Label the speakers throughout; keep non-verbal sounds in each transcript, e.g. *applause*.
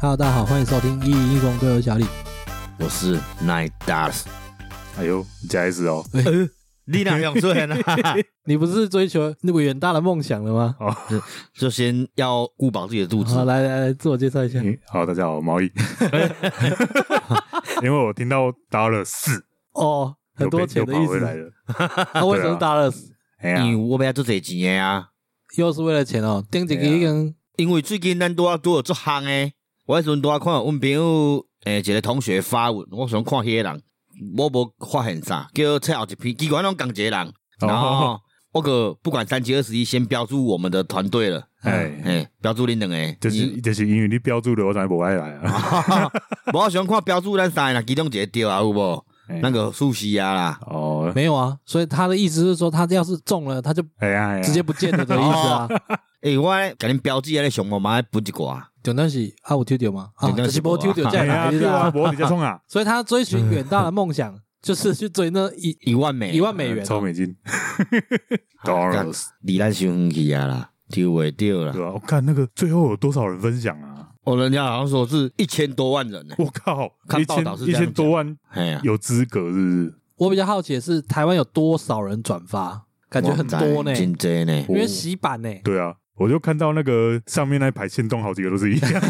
Speaker 1: Hello，大家好，欢迎收听一一英雄队友小李。
Speaker 2: 我是 Night Dust。
Speaker 3: 哎呦，你加 S 哦，
Speaker 1: 哎
Speaker 2: 你哪两岁呢？
Speaker 3: 啊
Speaker 1: 你不是追求那个远大的梦想了吗？
Speaker 2: *laughs* 就先要顾饱自己的肚子
Speaker 1: 好，。来来来，自我介绍一下。
Speaker 3: 你好，大家好，我毛毅。
Speaker 1: 哎
Speaker 3: *laughs* 因为我听到 Dollar 四，
Speaker 1: 哦，很多钱的意
Speaker 3: 又跑回来
Speaker 1: 思。
Speaker 3: 了。
Speaker 1: 他为什么打了
Speaker 3: *laughs*
Speaker 1: 死？
Speaker 3: 哎
Speaker 2: 你
Speaker 3: 呀，
Speaker 2: 我们要做这几年啊，
Speaker 1: 又是为了钱哦。顶一个已经
Speaker 2: 因为最近咱拄啊拄有做行诶，我迄阵拄啊看阮朋友诶、一个同学发文，我想看迄个人，我无发现啥，叫册后一篇，机关拢共一个人，
Speaker 3: 哦
Speaker 2: 然后我个不管三七二十一，先标注我们的团队了，
Speaker 1: 嗯
Speaker 3: 哎，
Speaker 2: 诶、标注恁两个，
Speaker 3: 就是就是因为你标注的，我才不爱来啊。
Speaker 2: 无我想看标注咱三个啦，其中一个对啊有无？
Speaker 3: 哎
Speaker 2: 那个素西啊啦，
Speaker 3: 哦，
Speaker 1: 没有啊，所以他的意思是说，他要是中了，他就
Speaker 3: 哎呀，哎呀
Speaker 1: 直接不见了的意思啊。
Speaker 3: 哦
Speaker 2: 诶、我来甲恁标记啊下咧上，我嘛爱分一寡，
Speaker 1: 简单是啊，有丢丢吗？啊，
Speaker 2: 重点
Speaker 1: 就是是没丢丢在
Speaker 3: 哎
Speaker 1: 哪
Speaker 3: 呀，
Speaker 1: 里
Speaker 3: 对啊，
Speaker 1: 啦？
Speaker 3: 我比较冲啊，
Speaker 1: 所以他追寻远大的梦想，就是去追那一
Speaker 2: 一万美
Speaker 1: 一万 *laughs* 美元啊。
Speaker 3: 抽美
Speaker 1: *laughs*
Speaker 3: 金，Dollar 四，
Speaker 2: 离咱伤远去啊啦，丢袂着啦
Speaker 3: 对。吧？我看那个最后有多少人分享啊？
Speaker 2: 哦，人家好像说是一千多万人呢、
Speaker 3: 我靠，
Speaker 2: 看
Speaker 3: 一
Speaker 2: 报
Speaker 3: 千
Speaker 2: 道是这
Speaker 3: 一
Speaker 2: 样
Speaker 3: 千多万
Speaker 2: 哎呀，
Speaker 3: 有资格是不是？
Speaker 1: 我比较好奇的是，台湾有多少人转发？感觉很多呢，嗯
Speaker 2: 真多呢。
Speaker 1: 因为洗版
Speaker 3: *laughs*
Speaker 1: 呢，
Speaker 3: 对啊，我就看到那个上面那一排线动好几个都是一样，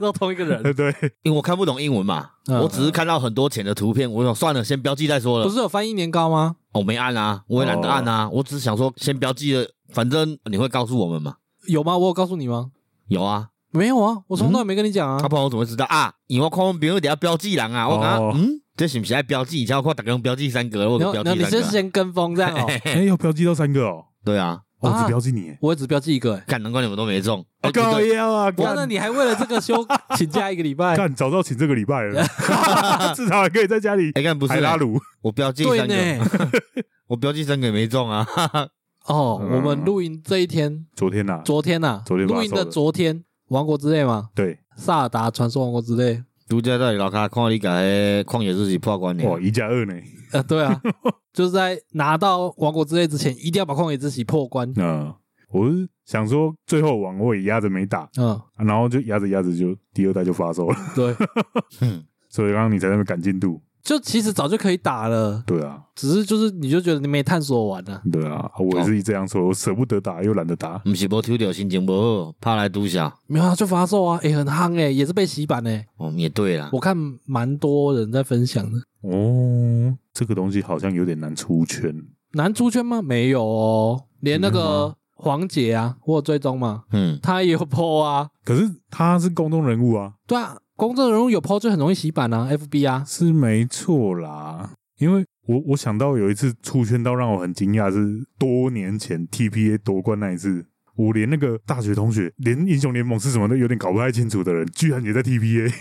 Speaker 1: 都同一个 *laughs* 人。
Speaker 3: 对，
Speaker 2: 因为我看不懂英文嘛，
Speaker 1: 嗯
Speaker 2: 我只是看到很多钱的图片，我想算了，先标记再说
Speaker 1: 不
Speaker 2: 了。
Speaker 1: 是有翻译年糕吗？
Speaker 2: 我没按啊，我也懒得按啊，我只是想说先标记了，反正你会告诉我们嘛。
Speaker 1: 有吗？我有告诉你吗？
Speaker 2: 有啊，
Speaker 1: 没有啊，我从头到尾没跟你讲啊
Speaker 2: 他。不然我怎么会知道啊？因为我看我朋友底下标记人啊，我讲
Speaker 3: 哦
Speaker 2: 嗯，这是不是爱标记？以前我看大家标记三个，我
Speaker 1: 然
Speaker 2: 有
Speaker 1: 后，
Speaker 2: 标
Speaker 1: 然后
Speaker 2: 记
Speaker 1: 你
Speaker 2: 三
Speaker 1: 是
Speaker 2: 个啊。
Speaker 1: 先跟风这样哦。
Speaker 3: 哎，要标记到三个哦，
Speaker 2: 对啊，
Speaker 3: 哦我
Speaker 1: 啊
Speaker 3: 只标记你耶，
Speaker 1: 我也只标记一个，哎，
Speaker 2: 看难哎怪你们都没中。
Speaker 3: 我靠
Speaker 2: 对
Speaker 3: 腰啊！
Speaker 1: 哇，那
Speaker 3: 干
Speaker 1: 你还为了这个
Speaker 2: *laughs*
Speaker 1: 休请假一个礼拜？
Speaker 3: 干，早知道请这个礼拜了， *laughs* 至少还可以在家里
Speaker 2: 哎，看不是
Speaker 3: 海拉鲁。
Speaker 2: 我标记
Speaker 1: 对
Speaker 2: 三个，
Speaker 1: 呢。
Speaker 2: 我标记三个也没中啊。
Speaker 1: 哦，
Speaker 3: 嗯
Speaker 1: 我们录音这一天，
Speaker 3: 昨天啊呐，
Speaker 1: 昨天呐，
Speaker 3: 昨天吧
Speaker 1: 录音
Speaker 3: 收
Speaker 1: 的
Speaker 3: 的
Speaker 1: 昨天，《王国之泪》嘛，
Speaker 3: 对，
Speaker 1: 《萨尔达传说王国之泪》。
Speaker 2: 独家在楼卡看你甲迄旷野自己破关呢。
Speaker 3: 哇，一加二呢，
Speaker 1: 呃，对
Speaker 2: *laughs*
Speaker 1: 啊，就是在拿到《王国之泪》之前，一定要把《旷野之息》破关。
Speaker 3: 嗯，我是想说最后网我也压着没打，
Speaker 1: 嗯，
Speaker 3: 啊然后就压着压着就第二代就发售了， *laughs*
Speaker 1: 对，
Speaker 2: 嗯
Speaker 3: 所以刚刚你才在那边赶进度，
Speaker 1: 就其实早就可以打了，
Speaker 3: 对啊，
Speaker 1: 只是就是你就觉得你没探索完啊。
Speaker 3: 对啊，我也是这样说，我舍不得打又懒得打，
Speaker 2: 毋是无抽到，心情无好，怕来拄小。
Speaker 1: 没有啊，就发售啊，也、很夯哎、也是被洗版哎、
Speaker 2: 哦，也对啦，
Speaker 1: 我看蛮多人在分享的。
Speaker 3: 哦，这个东西好像有点难出圈，
Speaker 1: 难出圈吗？没有哦，连那
Speaker 3: 嗯
Speaker 1: 个黄姐啊，我有追踪嘛，
Speaker 2: 嗯，
Speaker 1: 她也有 PO 啊。
Speaker 3: 可是他是公众人物啊，
Speaker 1: 对啊，公众人物有 PO 就很容易洗版啊，FB 啊。
Speaker 3: 是没错啦，因为我我想到有一次出圈到让我很惊讶，是多年前 TPA 夺冠那一次，我连那个大学同学，连英雄联盟是什么都有点搞不太清楚的人，居然也在 TPA，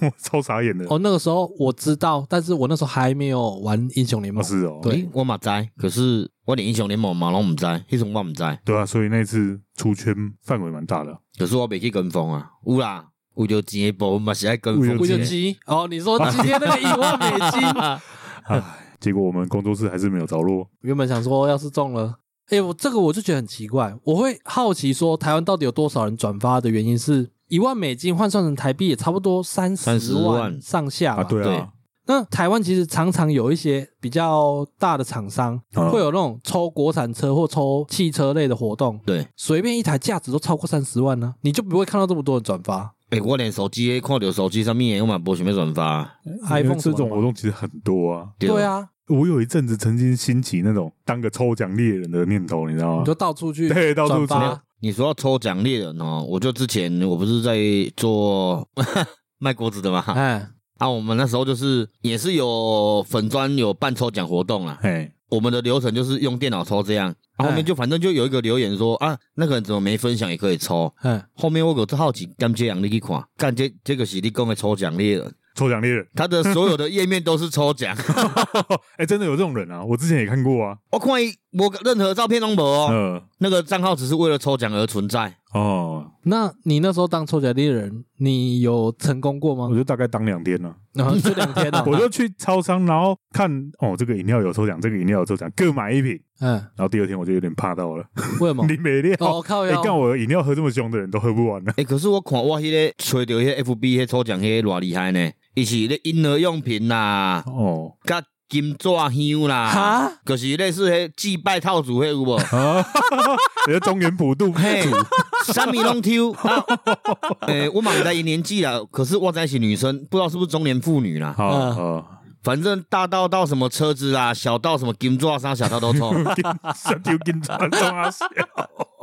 Speaker 3: 我 *laughs* 超傻眼的。
Speaker 1: 哦，那个时候我知道，但是我那时候还没有玩英雄联
Speaker 3: 哦，
Speaker 1: 盟。
Speaker 3: 是哦，
Speaker 1: 对
Speaker 2: 诶我嘛知，可是我连英雄联盟嘛拢毋知，迄阵我毋知，
Speaker 3: 对啊，所以那次出圈范围蛮大的。
Speaker 2: 可是我袂去跟风啊。有啦，有着钱的部分嘛是爱跟
Speaker 3: 为
Speaker 2: 风
Speaker 3: 了
Speaker 1: 我就
Speaker 3: 钱
Speaker 2: 的。
Speaker 1: 鸡哦，你说今天那个一万美
Speaker 3: *laughs*
Speaker 1: 金， *laughs*
Speaker 3: 结果我们工作室还是没有着落。
Speaker 1: 原本想说哦要是中了，哎，我这个我就觉得很奇怪，我会好奇说台湾到底有多少人转发的原因是，一万美金换算成台币也差不多三十
Speaker 2: 30
Speaker 1: 万
Speaker 2: 万
Speaker 1: 上下吧
Speaker 3: 啊，对啊，
Speaker 1: 那台湾其实常常有一些比较大的厂商
Speaker 3: 啊
Speaker 1: 会有那种抽国产车或抽汽车类的活动，
Speaker 2: 对，
Speaker 1: 随便一台价值都超过三十万呢、你就不会看到这么多人转发
Speaker 2: 诶、我连手机的看着手机上面的，我嘛无想要转发。啊
Speaker 3: 因
Speaker 1: iPhone
Speaker 3: 为这
Speaker 1: 什
Speaker 3: 种
Speaker 1: 么的
Speaker 3: 活
Speaker 1: 嘛
Speaker 3: 动其实很多啊。
Speaker 1: 对，啊，
Speaker 3: 我有一阵子曾经兴起那种当个抽奖猎人的念头，你知道吗
Speaker 1: 你就？到处去
Speaker 3: 对到处
Speaker 1: 转发，
Speaker 2: 你说要抽奖猎人哦，我就之前我不是在做 *laughs* 卖锅子的嘛，
Speaker 1: 哎，
Speaker 2: 啊，我们那时候就是也是有粉砖有办抽奖活动啦。
Speaker 3: 嘿，
Speaker 2: 我们的流程就是用电脑抽这样，啊后
Speaker 1: 哎
Speaker 2: 面就反正就有一个留言说啊，那个人怎么没分享也可以抽。
Speaker 1: 哎，
Speaker 2: 后面我有这好奇，干这样你去看，干这这个是你讲的抽奖猎人，
Speaker 3: 抽奖猎人。
Speaker 2: 他的所有的页面都是抽奖。 *laughs*
Speaker 3: *laughs* 哎、真的有这种人啊！我之前也看过啊。
Speaker 2: 我看伊我任何照片都没有哦，
Speaker 3: 嗯、
Speaker 2: 那个账号只是为了抽奖而存在。
Speaker 3: 哦，
Speaker 1: 那你那时候当抽奖猎人，你有成功过
Speaker 3: *laughs* 我
Speaker 1: 吗？
Speaker 3: 就大概当两天了、
Speaker 1: 然
Speaker 3: *laughs*
Speaker 1: 后这两天呢、啊
Speaker 3: 我就去超商，然后看哦，这个饮料有抽奖，这个饮料有抽奖，各买一瓶。
Speaker 1: 嗯，
Speaker 3: 然后第二天我就有点怕到了，？
Speaker 1: 为什么
Speaker 3: *laughs* 你没料，
Speaker 1: 哦，靠
Speaker 3: 哎、
Speaker 1: 腰
Speaker 3: 干、我饮料喝这么凶的人都喝不完了。
Speaker 2: 诶、可是我看我迄个揣着迄 FB 迄抽奖迄偌厉害呢，伊是咧婴儿用品啦，
Speaker 3: 哦？
Speaker 2: 甲金纸箱啦，
Speaker 1: 哈，
Speaker 2: 就是类似迄祭拜套组迄有无
Speaker 3: *laughs* 啊，人家中原普渡
Speaker 2: 嘿，三米拢抽。啊诶、我嘛毋知伊年纪啦，可是我知是女生，不知道是不是中年妇女啦。
Speaker 3: *laughs* 好
Speaker 1: 嗯
Speaker 3: 好，
Speaker 2: 反正大到到什么车子啊，小到什么金纸啥小到都抽。
Speaker 3: *laughs* 三丢金砖中阿小，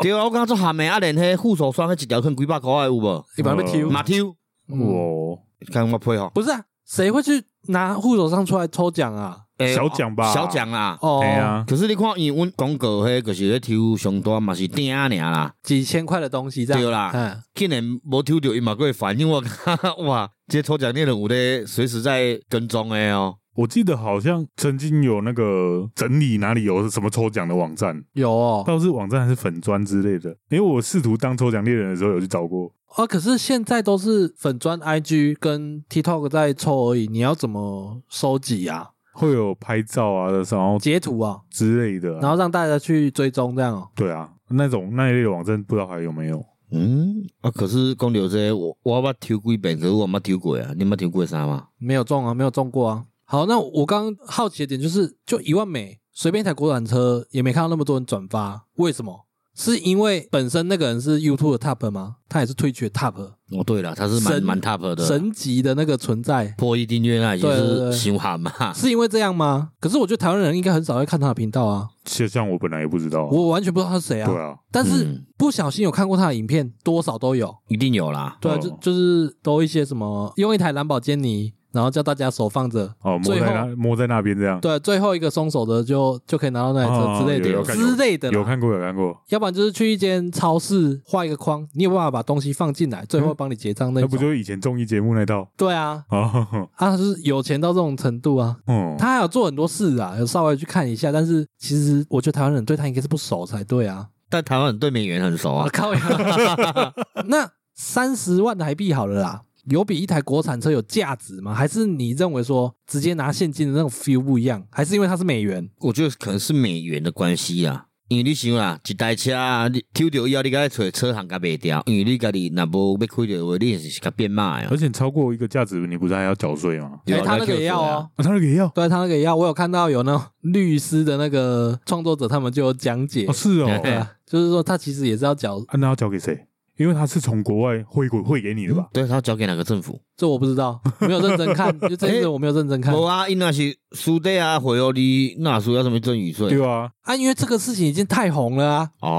Speaker 2: 对啊，我感觉做含诶，啊连迄护手霜迄一条坑几百块的有无？
Speaker 1: 你把它丢
Speaker 3: 呃
Speaker 2: 嘛抽，
Speaker 1: 我
Speaker 3: 哇，
Speaker 2: 看我配合。
Speaker 1: 嗯不是啊，谁会去拿护手上出来抽奖啊？
Speaker 2: 诶
Speaker 3: 小奖吧
Speaker 2: 小奖啦。
Speaker 1: 哦，
Speaker 3: 对，啊，
Speaker 2: 可是你看，因为阮广告迄就是咧抽上单嘛是鼎啊尔啦，
Speaker 1: 几千块的东西这样
Speaker 2: 对啦
Speaker 1: 嗯，
Speaker 2: 竟然无抽到伊嘛还会烦，因为我感觉哇，这抽奖链人有咧随时在跟踪诶哦。
Speaker 3: 我记得好像曾经有那个整理哪里有什么抽奖的网站，
Speaker 1: 有哦，
Speaker 3: 倒是网站还是粉砖之类的，因为我试图当抽奖猎人的时候有去找过，
Speaker 1: 啊，可是现在都是粉砖 IG 跟 TikTok 在抽而已，你要怎么收集啊？
Speaker 3: 会有拍照啊，然后
Speaker 1: 截图啊，
Speaker 3: 之类的啊、
Speaker 1: 然后让大家去追踪这样哦。
Speaker 3: 对啊，那种那一类的网站不知道还有没有。
Speaker 2: 嗯，啊，可是讲到这个我我捌抽几遍，可是我捌抽过啊，你捌抽过啥嘛？
Speaker 1: 没有中啊，没有中过啊。好，那我刚刚好奇的点就是，就一万美随便一台国产车也没看到那么多人转发，为什么？是因为本身那个人是 YouTube 的 Top 吗？他也是 Twitch 的 Top
Speaker 2: 哦，对了，他是蛮
Speaker 1: 神
Speaker 2: 蛮 top
Speaker 3: 啊
Speaker 2: 的，
Speaker 1: 神级的那个存在，
Speaker 2: 破亿订阅那已经
Speaker 1: 对对
Speaker 2: 是
Speaker 1: 对
Speaker 2: 想喊嘛。 *laughs*
Speaker 1: 是因为这样吗？可是我觉得台湾人应该很少会看他的频道啊，
Speaker 3: 就像我本来也不知道啊、
Speaker 1: 我完全不知道他是谁啊。
Speaker 3: 对啊，
Speaker 1: 但是
Speaker 2: 嗯
Speaker 1: 不小心有看过他的影片，多少都有。
Speaker 2: 一定有啦，
Speaker 1: 对啊，
Speaker 3: 哦
Speaker 1: 就就是都一些什么，用一台兰博基尼，然后叫大家手放着，
Speaker 3: 哦，摸
Speaker 1: 最后
Speaker 3: 在那摸在那边这样，
Speaker 1: 对，啊最后一个松手的就就可以拿到那台
Speaker 3: 哦
Speaker 1: 车之类
Speaker 3: 有有
Speaker 1: 的
Speaker 3: 看
Speaker 1: 之类的啦。
Speaker 3: 有看过有看过，
Speaker 1: 要不然就是去一间超市画一个框，你有办法把东西放进来，最后帮你结账那
Speaker 3: 那
Speaker 1: 种。
Speaker 3: 不就是以前综艺节目那套
Speaker 1: 对啊，
Speaker 3: 哦，
Speaker 1: 啊，就是有钱到这种程度啊。
Speaker 3: 嗯，
Speaker 1: 他还有做很多事啊，有稍微去看一下，但是其实我觉得台湾人对他应该是不熟才对啊。
Speaker 2: 但台湾人对美元很熟
Speaker 1: 我
Speaker 2: 啊。
Speaker 1: 靠呀！ *laughs* 那三十万台币好了啦，有比一台国产车有价值吗？还是你认为说直接拿现金的那种 feel 不一样？还是因为它是美元？
Speaker 2: 我觉得可能是美元的关系啊。因为你想啦，一台车啊你抽到以后，你该找车行甲卖掉，因为你家己若无要开着话，你也是甲变卖啊
Speaker 3: 而。且超过一个价值，你不是还要缴税吗？
Speaker 1: 哎、
Speaker 2: 对啊
Speaker 1: 他那个也要哦。。
Speaker 3: 啊，他那个也要
Speaker 1: 对他那个也要，我有看到有那种律师的那个创作者，他们就有讲解
Speaker 3: 哦，，是哦，
Speaker 1: 对啊，就是说他其实也是要缴，
Speaker 3: 啊，那要交给谁？因为他是从国外汇过汇给你的吧？
Speaker 2: 对，他要交给哪个
Speaker 1: *laughs*
Speaker 2: 政府？
Speaker 1: 这我不知道，没有认真看，就这个我没有认真看
Speaker 2: 无啊，因若是输底啊，回哦你那输要什么赠与税？
Speaker 3: 对啊，
Speaker 1: 啊，因为这个事情已经太红了啊。
Speaker 2: 哦，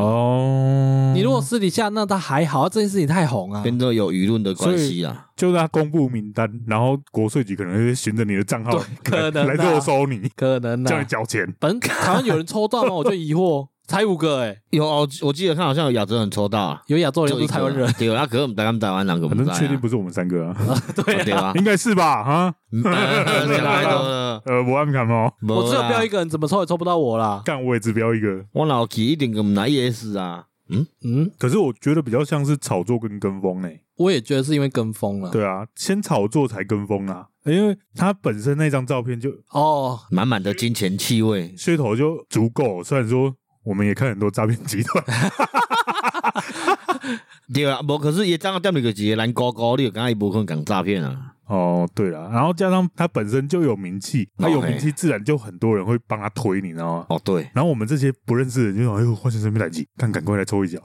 Speaker 3: 哦，
Speaker 1: 你如果私底下那他还好，这件事情太红啊。
Speaker 2: 变做有舆论的关系啊。
Speaker 3: 就是他公布名单，然后国税局可能会循着你的账号
Speaker 1: 对
Speaker 3: 来
Speaker 1: 可能啊
Speaker 3: 来肉收你，
Speaker 1: 可能
Speaker 3: 叫你
Speaker 1: 啊，
Speaker 3: 缴钱。
Speaker 1: 反正台湾有人抽到吗？我就疑惑， *laughs* 才五个哎、
Speaker 2: 有哦，我记得看好像有亚洲人抽到啊，
Speaker 1: 有亚洲人哦
Speaker 2: 就
Speaker 1: 不是
Speaker 2: 一个
Speaker 1: 台湾人，
Speaker 2: 对啊，可是我们台湾台湾人可
Speaker 3: 反
Speaker 2: 不
Speaker 3: 正
Speaker 2: 知道啊
Speaker 3: 确定不是我们三个啊，
Speaker 2: 哦对啊
Speaker 3: 应该是吧？啊，
Speaker 1: *laughs*
Speaker 2: 嗯呃想太多了。
Speaker 3: 呃，我按看哦，
Speaker 2: 没啦
Speaker 1: 啊我只有标一个人，怎么抽也抽不到我啦。
Speaker 3: 干我也只标一个。
Speaker 2: 我老去一定个拿 ES 啊。
Speaker 1: 嗯，
Speaker 3: 可是我觉得比较像是炒作跟跟风诶、
Speaker 1: 我也觉得是因为跟风了。
Speaker 3: 对啊，先炒作才跟风啊，因为他本身那张照片就
Speaker 1: 哦，
Speaker 2: 满满的金钱气味。
Speaker 3: 噱头就足够，虽然说我们也看很多诈骗集
Speaker 2: *laughs*
Speaker 3: 团，
Speaker 2: 对啊，无可是伊怎啊点入去一个蓝高高，你就感觉伊无可能讲诈骗啊。
Speaker 3: 哦，对了，然后加上他本身就有名气，他有
Speaker 2: 哦嘿
Speaker 3: 名气自然就很多人会帮他推，你知道吗？
Speaker 2: 哦，对，。
Speaker 3: 然后我们这些不认识的人就想，哎呦，换成身边来急，看赶快来抽
Speaker 1: *laughs*
Speaker 3: 一脚。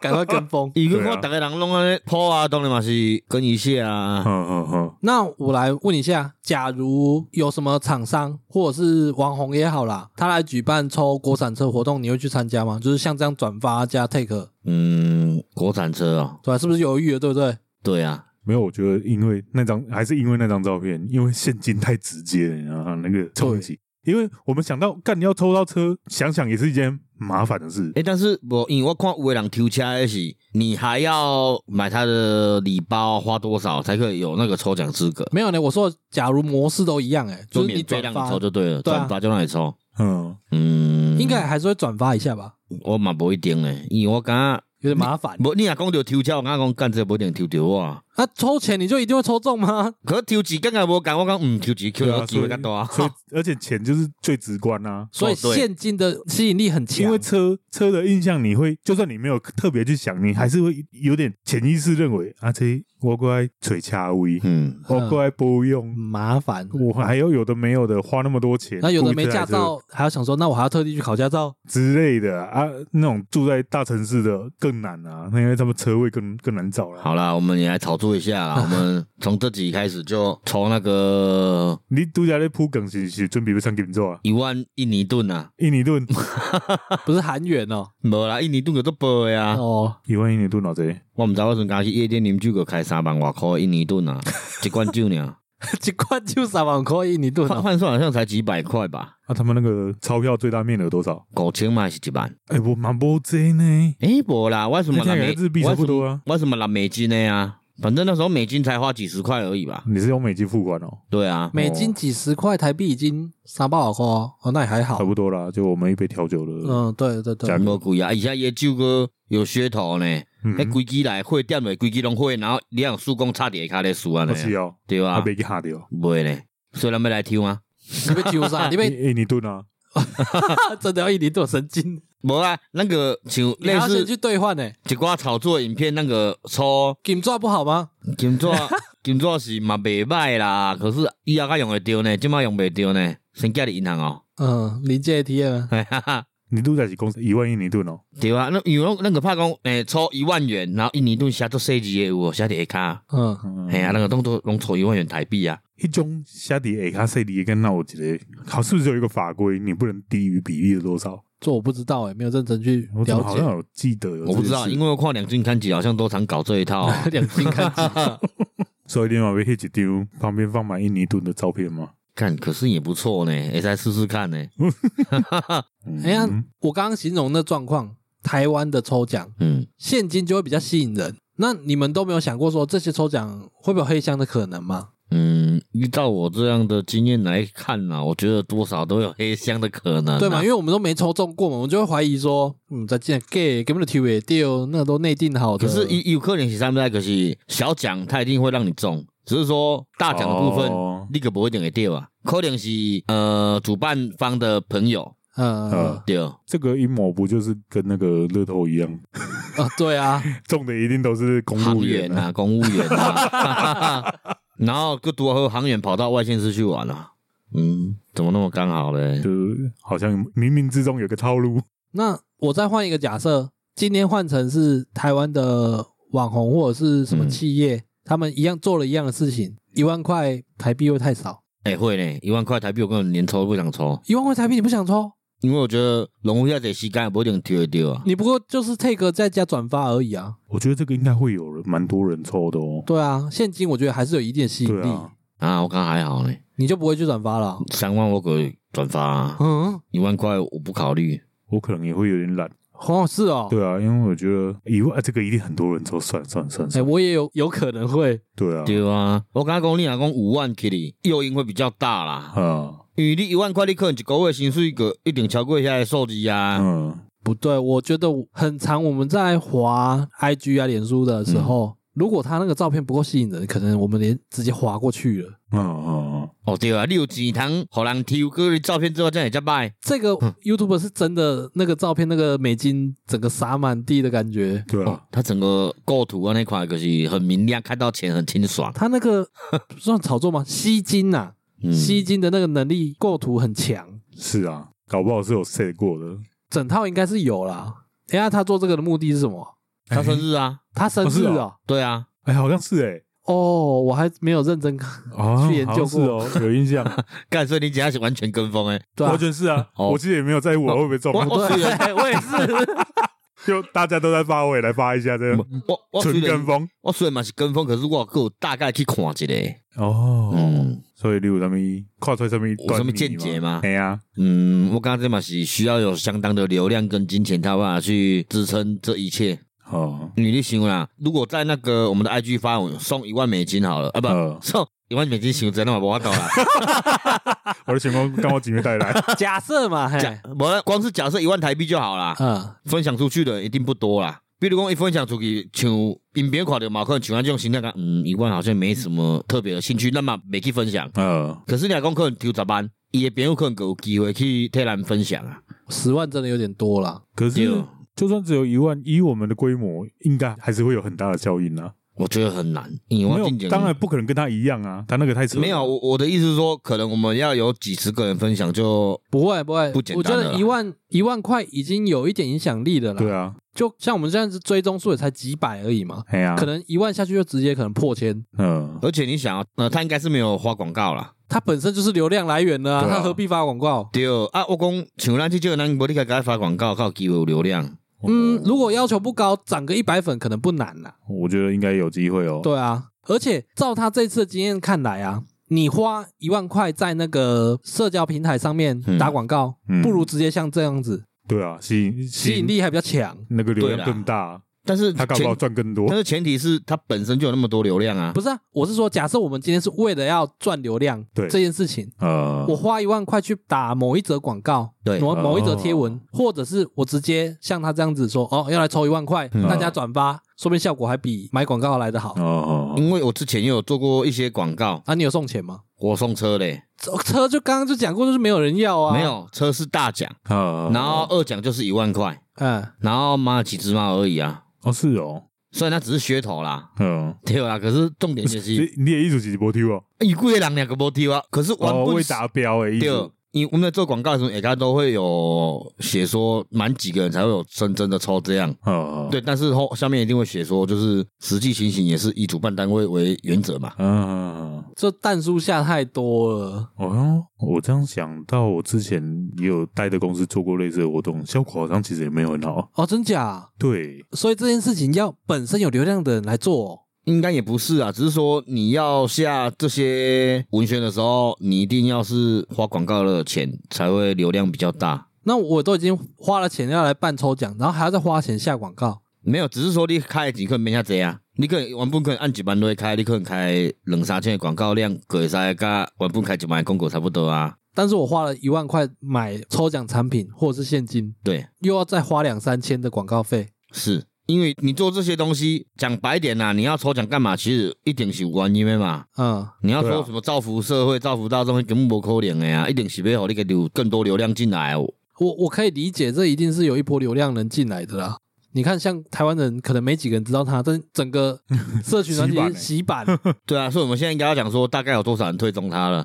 Speaker 1: 赶快跟风
Speaker 2: 伊
Speaker 3: 对啊
Speaker 2: 看逐个人拢安尼抛啊，当然嘛是跟一下啊。
Speaker 3: 嗯嗯嗯，
Speaker 1: 那我来问一下，假如有什么厂商或者是网红也好啦，他来举办抽国产车活动，你会去参加吗？就是像这样转发加 take，
Speaker 2: 嗯，国产车哦，
Speaker 1: 对吧？是不是犹豫了，对不对？
Speaker 2: 对啊，
Speaker 3: 没有，我觉得因为那张还是因为那张照片，因为现金太直接了，你知道吗？那个冲击。因为我们想到干你要抽到车，想想也是一件麻烦的事。
Speaker 2: 诶，但是无，因为我看有的人抽车的是，你还要买他的礼包，花多少才可以有那个抽奖资格？
Speaker 1: 没有呢，我说假如模式都一样、欸，哎，
Speaker 2: 就
Speaker 1: 就是你
Speaker 2: 免费让
Speaker 1: 转
Speaker 2: 你
Speaker 1: 发
Speaker 2: 抽，就对了，
Speaker 1: 对啊
Speaker 2: 转发就让你抽。
Speaker 3: 嗯，
Speaker 2: 嗯，
Speaker 1: 应该还是会转发一下吧，
Speaker 2: 我嘛无一定呢，因为我感觉
Speaker 1: 有点麻烦。
Speaker 2: 嗯无，你若讲着抽车，我感觉讲干这无一定抽着我。啊
Speaker 1: 那抽钱你就一定会抽中吗？
Speaker 2: 可是抽几根也无讲，我讲嗯，抽几
Speaker 3: 对
Speaker 2: Q
Speaker 3: 啊，
Speaker 2: 到机
Speaker 3: 所
Speaker 2: 会
Speaker 3: 以
Speaker 2: 较大。
Speaker 3: 所以而且钱就是最直观啊。
Speaker 1: 所以
Speaker 2: 哦对
Speaker 1: 现金的吸引力很强，
Speaker 3: 因为车车的印象，你会就算你没有特别去想，你还是会有点潜意识认为啊，这我过来吹车位，
Speaker 2: 嗯，
Speaker 3: 我过来不用，
Speaker 1: 麻烦。
Speaker 3: 我还要有的没有的花那么多钱，
Speaker 1: 那有的
Speaker 3: 雇一
Speaker 1: 没
Speaker 3: 台
Speaker 1: 驾
Speaker 3: 车
Speaker 1: 照，还要想说，那我还要特地去考驾
Speaker 2: *laughs*
Speaker 1: 照，
Speaker 3: 之类的啊，啊那种住在大城市的更难啊，因为他们车位更更难找了。
Speaker 2: 好啦，我们也来炒作一
Speaker 1: *laughs*
Speaker 2: 下啦。我们从这集开始就从那个
Speaker 3: 你度假在铺梗是是准备要上金做啊？
Speaker 2: 一万印尼盾啊，
Speaker 3: 印尼 *laughs* 盾
Speaker 1: 不是韩元哦。
Speaker 2: 无啦，印尼盾有做薄的啊。
Speaker 1: 哦， *laughs*
Speaker 3: 一万印尼盾偌济？
Speaker 2: 我毋知我阵敢去夜店啉酒，个开三万外箍的印尼盾
Speaker 3: *laughs*
Speaker 2: 啊，一罐酒尔，
Speaker 1: 一罐就三万块印尼盾
Speaker 2: 换
Speaker 1: 哦，
Speaker 2: 换算好像才几百块吧，
Speaker 3: 啊，他们那个钞票最大面额多少？
Speaker 2: 五千嘛还是一万。
Speaker 3: 哎、我蛮不济呢。
Speaker 2: 诶，无啦，我什么拿
Speaker 3: 那这样
Speaker 2: 美
Speaker 3: 也跟日币差不多啊？
Speaker 2: 我什么拿美金的呀？反正那时候美金才花几十块而已吧。
Speaker 3: 你是用美金付款哦，
Speaker 2: 对啊，
Speaker 1: 美金几十块，台币已经三百块哦，哦，那也还好
Speaker 3: 差。不多啦，就我们一杯调酒的。
Speaker 1: 嗯，对对对
Speaker 3: 假，
Speaker 2: 无贵啊，而且伊酒个有噱头呢，
Speaker 3: 嗯，
Speaker 2: 迄规矩来会店内规矩拢会，然后你用速攻插伫下骹咧输啊
Speaker 3: 我是
Speaker 2: 呢，
Speaker 3: 哦，
Speaker 2: 对
Speaker 3: 啊，
Speaker 2: 啊，
Speaker 3: 被给吓掉。
Speaker 2: 袂呢，所以咱要来啊抽吗？
Speaker 1: 你被揪
Speaker 3: *laughs*
Speaker 1: 杀，你被
Speaker 3: 印印尼盾啊，
Speaker 1: 真的要印尼盾神
Speaker 3: *laughs*
Speaker 1: 经，
Speaker 2: 无啊，那个像
Speaker 1: 你
Speaker 2: 类
Speaker 1: 还要
Speaker 2: 似
Speaker 1: 先去兑换呢。
Speaker 2: 一寡炒作影片那个抽
Speaker 1: 金抓不好吗？
Speaker 2: 金纸， *laughs* 金纸是嘛袂歹啦，可是以后较用会着呢，即摆用袂着呢，先寄伫银行哦。 *laughs*
Speaker 1: 嗯，临界 ATM
Speaker 2: 嘿哈哈
Speaker 3: 你度假是公司一万印尼盾哦，
Speaker 2: 对啊，那有那那个怕讲，诶、抽一万元，然后印尼盾写做设计业务，写伫下
Speaker 1: 嗯，
Speaker 3: 嗯
Speaker 2: 骹，嘿、啊，那个动作拢抽一万元台币啊，
Speaker 3: 一种下底下卡塞里跟那我记得，好是不是有一个法规，你不能低于比例的多少？
Speaker 1: 这我不知道哎，没有认真去
Speaker 3: 我怎么
Speaker 1: 了
Speaker 3: 好
Speaker 1: 解
Speaker 3: 像。有记得有这件事，
Speaker 2: 我不知道，因为我看两军看几好像都常搞这一套、啊
Speaker 1: *laughs* 两斤看几？
Speaker 3: 所以另外被黑一丢，旁边放满印尼盾的照片嘛。
Speaker 2: *laughs* 看，可是也不错呢，也再试试看呢。
Speaker 3: 嗯
Speaker 1: 哎呀，我刚刚形容的状况，台湾的抽奖
Speaker 2: 嗯，
Speaker 1: 现金就会比较吸引人。那你们都没有想过说这些抽奖会不会有黑箱的可能吗？
Speaker 2: 嗯，依照我这样的经验来看呢、我觉得多少都有黑箱的可能、啊
Speaker 1: 对嘛？
Speaker 3: 嗯
Speaker 1: 因？为我们都没抽中过嘛，我们就会怀疑说，嗯，再见 gay 根本就 TV 掉，那个都内定好的。
Speaker 2: 可是有有可能是三代，可是小奖它一定会让你中，只是说大啊奖的部分、
Speaker 3: 哦
Speaker 2: 你可不一定会掉啊。可能是呃主办方的朋友
Speaker 1: 嗯，嗯
Speaker 3: 呃
Speaker 2: 对，
Speaker 3: 这个阴谋不就是跟那个乐透一样，
Speaker 1: 啊，对啊，
Speaker 3: 中的一定都是公
Speaker 2: 航
Speaker 3: 务
Speaker 2: 员
Speaker 3: 员啊？
Speaker 2: 啊，公务员
Speaker 3: *laughs*
Speaker 2: 啊， *laughs* 然后各多和航员跑到外县市去玩了、嗯，怎么那么刚好嘞？
Speaker 3: 就是好像冥冥之中有个套路。
Speaker 1: 那我再换一个假设，今天换成是台湾的网红或者是
Speaker 3: 嗯
Speaker 1: 什么企业，他们一样做了一样的事情，一万块台币会太少，
Speaker 2: 哎、会呢，一万块台币我根本连抽都不想抽，
Speaker 1: 一万块台币你不想抽，
Speaker 2: 因为我觉得龙湖要得膝盖不一定丢一丢啊。
Speaker 1: 你不过就是 take 再加转发而已啊。
Speaker 3: 我觉得这个应该会有人蛮多人抽的哦。
Speaker 1: 对啊，现金我觉得还是有一定的吸引
Speaker 3: 对
Speaker 1: 力，
Speaker 3: 啊，
Speaker 2: 啊，我刚还好呢，
Speaker 1: 你就不会去转发了啊、
Speaker 2: 三万我给转发、啊，
Speaker 1: 嗯，
Speaker 2: 一万块我不考虑。
Speaker 3: 我可能也会有点懒。
Speaker 1: 哦，是哦，
Speaker 3: 对啊，因为我觉得一万这个一定很多人抽，算了算了算了
Speaker 1: 哎、
Speaker 3: 算了。
Speaker 1: 我也有有可能会，
Speaker 3: 对啊，
Speaker 2: 对啊，我刚刚讲你若讲五万起哩，诱因会比较大啦，
Speaker 3: 啊，
Speaker 2: 因为你一万块你可能一个月薪水个一定超过遐个数字啊。
Speaker 3: 嗯，
Speaker 1: 不对，我觉得很长。我们在滑 IG 啊、脸书的时
Speaker 3: 嗯
Speaker 1: 候，如果他那个照片不够吸引人，可能我们连直接滑过去了。
Speaker 3: 嗯嗯
Speaker 2: 哦对啊，你有钱通互人抽，搁你照片之后才会才
Speaker 3: 嗯
Speaker 2: 歹。
Speaker 1: 这个 YouTube 是真的，那个照片那个美金整个洒满地的感觉，
Speaker 3: 对
Speaker 2: 哦
Speaker 3: 啊，，
Speaker 2: 他整个构图啊那块就是很明亮，看到钱很清爽。
Speaker 1: 他那个算炒作吗？吸金呐、啊，
Speaker 2: 嗯，
Speaker 1: 吸金的那个能力构图很强，
Speaker 3: 是啊，搞不好是有 set 过的。
Speaker 1: 整套应该是有啦。哎呀，他做这个的目的是什么？
Speaker 2: 他生日啊，
Speaker 1: 他生日
Speaker 3: 哦是
Speaker 1: 啊？
Speaker 2: 对啊，
Speaker 3: 哎，好像是哎，
Speaker 1: 哦，我还没有认真看。
Speaker 3: 啊，
Speaker 1: 去研究
Speaker 3: 好像是哦，有印象，
Speaker 2: 干所以你今天是完全跟风诶、
Speaker 1: 对啊
Speaker 3: 完，全是啊。
Speaker 2: 哦
Speaker 3: 我其实也没有在乎我会不会中，
Speaker 2: 我我虽然
Speaker 3: *laughs*
Speaker 1: 对，我也是。
Speaker 3: 就大家都在发，我也来发一下这样，
Speaker 2: 我嗯我虽
Speaker 3: 纯跟
Speaker 2: 然
Speaker 3: 风
Speaker 2: 我虽然嘛是跟风，可是我有大概去看一下。
Speaker 3: 哦。
Speaker 2: 嗯
Speaker 3: 所以你有什么跨出什么
Speaker 2: 有什么见解吗
Speaker 3: 哎呀，
Speaker 2: 嗯，我刚才嘛是需要有相当的流量跟金钱，才有办法去支撑这一切。
Speaker 3: 哦，
Speaker 2: 你你想啦，如果在那个我们的 IG 发文送一万美金好了啊不，
Speaker 3: 嗯
Speaker 2: 送一万美金行真的嘛无法搞
Speaker 3: *laughs*
Speaker 2: 啦。
Speaker 3: 我的情况刚好几月带来，
Speaker 1: 假设嘛，嘿，
Speaker 3: *laughs*
Speaker 2: 假，我光是假设一万台币就好啦，
Speaker 1: 嗯，
Speaker 2: 分享出去的一定不多啦。比如讲，伊分享出去，像因别人看到嘛，可能像咱这种心态讲，嗯，一万好像没什么特别的兴趣，那么没去分享。
Speaker 3: 呃，
Speaker 2: 可是你若讲可能抽十万，伊的朋友可能就有机会去替咱分享啊。
Speaker 1: 十万真的有点多啦。
Speaker 3: 可是
Speaker 2: 对
Speaker 3: 就算只有一万，以我们的规模，应该还是会有很大的效应啊。
Speaker 2: 我觉得很难，因为
Speaker 3: 没
Speaker 2: 我进
Speaker 3: 有，
Speaker 2: 前
Speaker 3: 当然不可能跟他一样啊，他那个太扯了。
Speaker 2: 啊没有。我我的意思是说，可能我们要有几十个人分享就，
Speaker 1: 不会不会，
Speaker 2: 不简
Speaker 1: 我
Speaker 2: 单
Speaker 1: 觉
Speaker 2: 了啦
Speaker 1: 得一万一万块已经有一点影响力的啦。
Speaker 3: 对，啊，
Speaker 1: 就像我们这样子追踪数也才几百而已嘛，
Speaker 3: 哎呀，
Speaker 1: 可能一万下去就直接可能破千，
Speaker 3: 嗯，
Speaker 2: 而且你想啊，呃，他应该是没有花广告啦。
Speaker 1: 它本身就是流量来源的、啊，
Speaker 3: 对啊
Speaker 1: 它何必发广告？
Speaker 2: 对啊，我讲像咱这种人，无你该给他发广告，靠机会有流量。
Speaker 1: 嗯，如果要求不高，涨个一百粉可能不难啦。
Speaker 3: 我觉得应该有机会哦。
Speaker 1: 对啊，而且照他这次的经验看来啊，你花一万块在那个社交平台上面
Speaker 2: 嗯
Speaker 1: 打广告，
Speaker 3: 嗯
Speaker 1: 不如直接像这样子，
Speaker 3: 对啊，吸引
Speaker 1: 吸引力还比较强。
Speaker 3: 那个流
Speaker 2: 对啦
Speaker 3: 量更大，
Speaker 2: 但是
Speaker 3: *laughs* 他搞不好
Speaker 2: 前，
Speaker 3: 赚更多
Speaker 2: 但。是前提是他本身就有那么多流量啊
Speaker 1: 不。是啊，我是说，假设我们今天是为了要赚流量
Speaker 3: 对
Speaker 1: 这件事情，
Speaker 3: 呃，
Speaker 1: 我花一万块去打某一则广告，
Speaker 2: 对
Speaker 1: 某某一则贴文
Speaker 3: 哦，
Speaker 1: 或者是我直接像他这样子说，哦，要来抽一万块，
Speaker 2: 嗯
Speaker 1: 大家转发，说不定效果还比买广告来的好。
Speaker 3: 哦，
Speaker 2: 因为我之前也有做过一些广告，
Speaker 1: 啊，你有送钱吗？
Speaker 2: 我送车嘞，
Speaker 1: 这车就刚刚就讲过，就是没有人要啊。
Speaker 2: 没，有车是大奖，
Speaker 3: 呃，
Speaker 2: 然后二奖就是一万块，
Speaker 1: 嗯，
Speaker 2: 然后妈几只猫而已啊，
Speaker 3: 哦是哦，
Speaker 2: 虽然它只是噱头啦，
Speaker 3: 嗯，
Speaker 2: 对啦，可是重点就是哎
Speaker 3: 你你也艺术级波 T 哦，
Speaker 2: 有贵人两个没丢啊，可是
Speaker 3: 哦
Speaker 2: 原本
Speaker 3: 未
Speaker 2: 是
Speaker 3: 达标诶，艺
Speaker 2: 对
Speaker 3: 术，
Speaker 2: 因为我们在做广告的时候，大家都会有写说满几个人才会有真真的抽这样。
Speaker 3: 呃，
Speaker 2: 对，但是后下面一定会写说，就是实际情形也是以主办单位为原则嘛。
Speaker 3: 嗯，
Speaker 1: 这蛋数下太多了。
Speaker 3: 哦哟，我这样想到，我之前也有待的公司做过类似的活动，效果好像其实也没有很好。
Speaker 1: 哦，真假？
Speaker 3: 对，
Speaker 1: 所以这件事情要本身有流量的人来做、哦。
Speaker 2: 应该也不是啊，只是说你要下这些文宣的时候，你一定要是花广告的钱才会流量比较大。
Speaker 1: 那我都已经花了钱要来办抽奖，然后还要再花钱下广告，
Speaker 2: 没有，只是说你开的钱可能没遐济啊，你可能原本可能按一万来开，你可能开两三千的广告量，可会使甲原本开一万的广告差不多啊。
Speaker 1: 但是我花了一万块买抽奖产品或者是现金，
Speaker 2: 对，
Speaker 1: 又要再花两三千的广告费。
Speaker 2: 是因为你做这些东西，讲白点呐、你要抽奖干嘛？其实一定是有原因的嘛。
Speaker 1: 嗯，
Speaker 2: 你要
Speaker 3: 对啊
Speaker 2: 说什么造福社会、造福大众，根本不可能的呀、啊，一定是要让你给流更多流量进来哦。
Speaker 1: 我我可以理解，这一定是有一波流量人进来的啦。你看，像台湾人可能没几个人知道他，但整个社群软
Speaker 3: 洗版
Speaker 1: 体
Speaker 3: 欸
Speaker 1: 洗版，
Speaker 2: 对啊，所以我们现在应该要讲说，大概有多少人退中他了？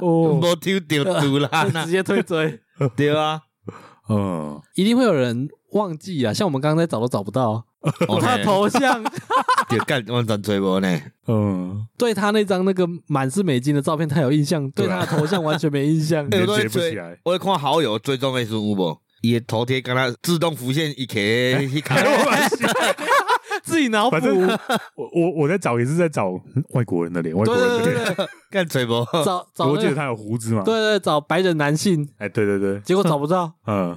Speaker 3: 哦，
Speaker 2: *laughs* 没丢丢丢
Speaker 1: *laughs*
Speaker 2: 啦，
Speaker 3: *laughs*
Speaker 1: 直接退追，
Speaker 2: 对啊，
Speaker 3: 嗯，
Speaker 1: *laughs* 一定会有人忘记啊。像我们刚才找都找不到他的头 *laughs* 像，
Speaker 2: 哦 *laughs* 就干完全追无呢。 *laughs*
Speaker 3: 嗯，
Speaker 1: 对他那张那个满是美金的照片，他有印象，对
Speaker 3: 对
Speaker 1: 他
Speaker 3: 啊
Speaker 1: 的头像完全没印象。
Speaker 2: 哎我都
Speaker 3: *laughs* 连
Speaker 2: 在
Speaker 3: 接不起
Speaker 2: 追
Speaker 3: 来，
Speaker 2: 我在看好友追踪的时候有无？伊的头贴跟他自动浮现一
Speaker 3: *laughs*
Speaker 2: 个去看，
Speaker 1: *laughs* 自己脑补
Speaker 3: 反。正我我我在找也是在找外国人的脸，外国
Speaker 2: 对
Speaker 3: 人
Speaker 2: 对对
Speaker 3: *laughs* 的脸。
Speaker 2: 对对，干追无？
Speaker 1: 找找
Speaker 3: 我
Speaker 1: 那
Speaker 3: 记得
Speaker 1: 个，
Speaker 3: 他有胡子嘛？
Speaker 1: 对，对，找白人男性，
Speaker 3: 哎，对对对，
Speaker 1: 结果找不 *laughs* 到。
Speaker 3: 嗯，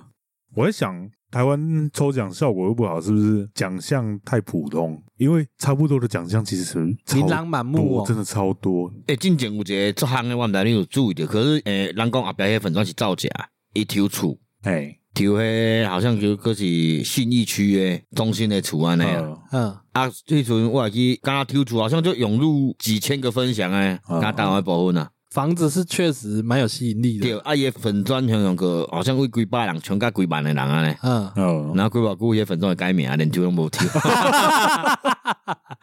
Speaker 3: 我在想，台湾抽奖效果又不好，是不是奖项太普通？因为差不多的奖项其实超
Speaker 1: 琳琅满目
Speaker 3: 多，
Speaker 1: 哦
Speaker 3: 真，的超多。
Speaker 2: 诶，进前有一个做行的，我毋知你有注意到，可是诶，人讲阿伯迄粉砖是造假，伊抽厝，
Speaker 3: 哎，
Speaker 2: 抽迄好像就佫是信义区诶中心的厝安尼啊。
Speaker 3: 嗯
Speaker 1: 嗯，
Speaker 2: 啊，迄时阵我会去，敢若抽厝好像就涌入几千个分享诶，
Speaker 3: 嗯
Speaker 2: 敢台湾部分啊。
Speaker 1: 房子是确实蛮有吸引力
Speaker 2: 对，
Speaker 1: 的。
Speaker 2: 啊，伊的粉砖向向个好像为几百人，全甲几万的人安尼。
Speaker 1: 嗯，
Speaker 3: 嗯
Speaker 2: 然后几偌久伊的粉砖会改名，啊连抽拢无
Speaker 3: *laughs*
Speaker 2: 抽，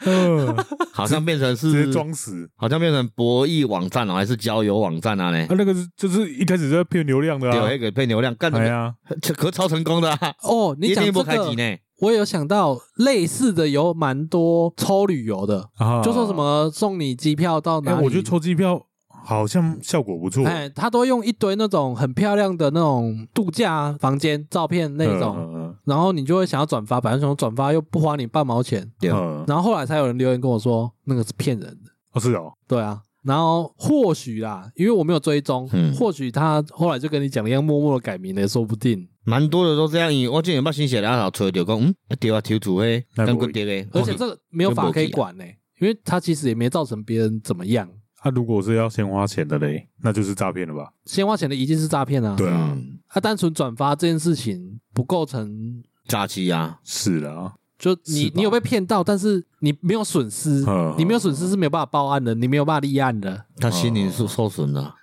Speaker 3: 嗯，
Speaker 2: 好像变成
Speaker 3: 直
Speaker 2: 是
Speaker 3: 接装死
Speaker 2: 好像变成博弈网站哦，还是交友网站啊呢
Speaker 3: 啊！？那个是就是一开始就在骗流量的
Speaker 2: 对，
Speaker 3: 啊，
Speaker 2: 迄个骗流量，干什
Speaker 3: 哎
Speaker 2: 么？
Speaker 3: 呀，
Speaker 2: 这可超成功的啊！
Speaker 1: 哦，你讲这
Speaker 2: 不
Speaker 1: 个
Speaker 2: 开机呢？
Speaker 1: 我有想到类似的有蛮多抽旅游的，
Speaker 3: 啊
Speaker 1: 就说什？么送你机票到
Speaker 3: 哎，
Speaker 1: 哪里，
Speaker 3: 我觉得抽机票好像效果不错。
Speaker 1: 哎，他都用一堆那种很漂亮的那种度假房间照片那种，
Speaker 3: 种，
Speaker 1: 然后你就会想要转发，反正想转发又不花你半毛钱，
Speaker 2: 对
Speaker 3: 嗯，
Speaker 1: 然后后来才有人留言跟我说那个是骗人的，
Speaker 3: 哦是哦，
Speaker 1: 对啊。然后或许啦，因为我没有追踪，
Speaker 2: 嗯
Speaker 1: 或许他后来就跟你讲的一样，默默的改名了，也说不定。
Speaker 2: 蛮多的都这样，因为我之前捌新写的阿头吹着讲，嗯，对啊，抽主诶，
Speaker 3: 那
Speaker 2: 干
Speaker 3: 不
Speaker 2: 过哦跌诶，
Speaker 1: 而且这个没有法可以管呢、因为他其实也没造成别人怎么样。
Speaker 3: 他啊如果是要先花钱的嘞，那就是诈骗了吧？
Speaker 1: 先花钱的一定是诈骗啊，
Speaker 3: 对啊，
Speaker 2: 嗯
Speaker 1: 他单纯转发这件事情不构成
Speaker 2: 诈欺啊，
Speaker 3: 是啦，
Speaker 1: 就
Speaker 3: 是
Speaker 1: 你
Speaker 3: 吧
Speaker 1: 你有被骗到，但是你没有损失
Speaker 3: 嗯，
Speaker 1: 你没有损失是没有办法报案的，你没有办法立案的。
Speaker 2: 他心灵受受损
Speaker 1: 哦
Speaker 2: 了。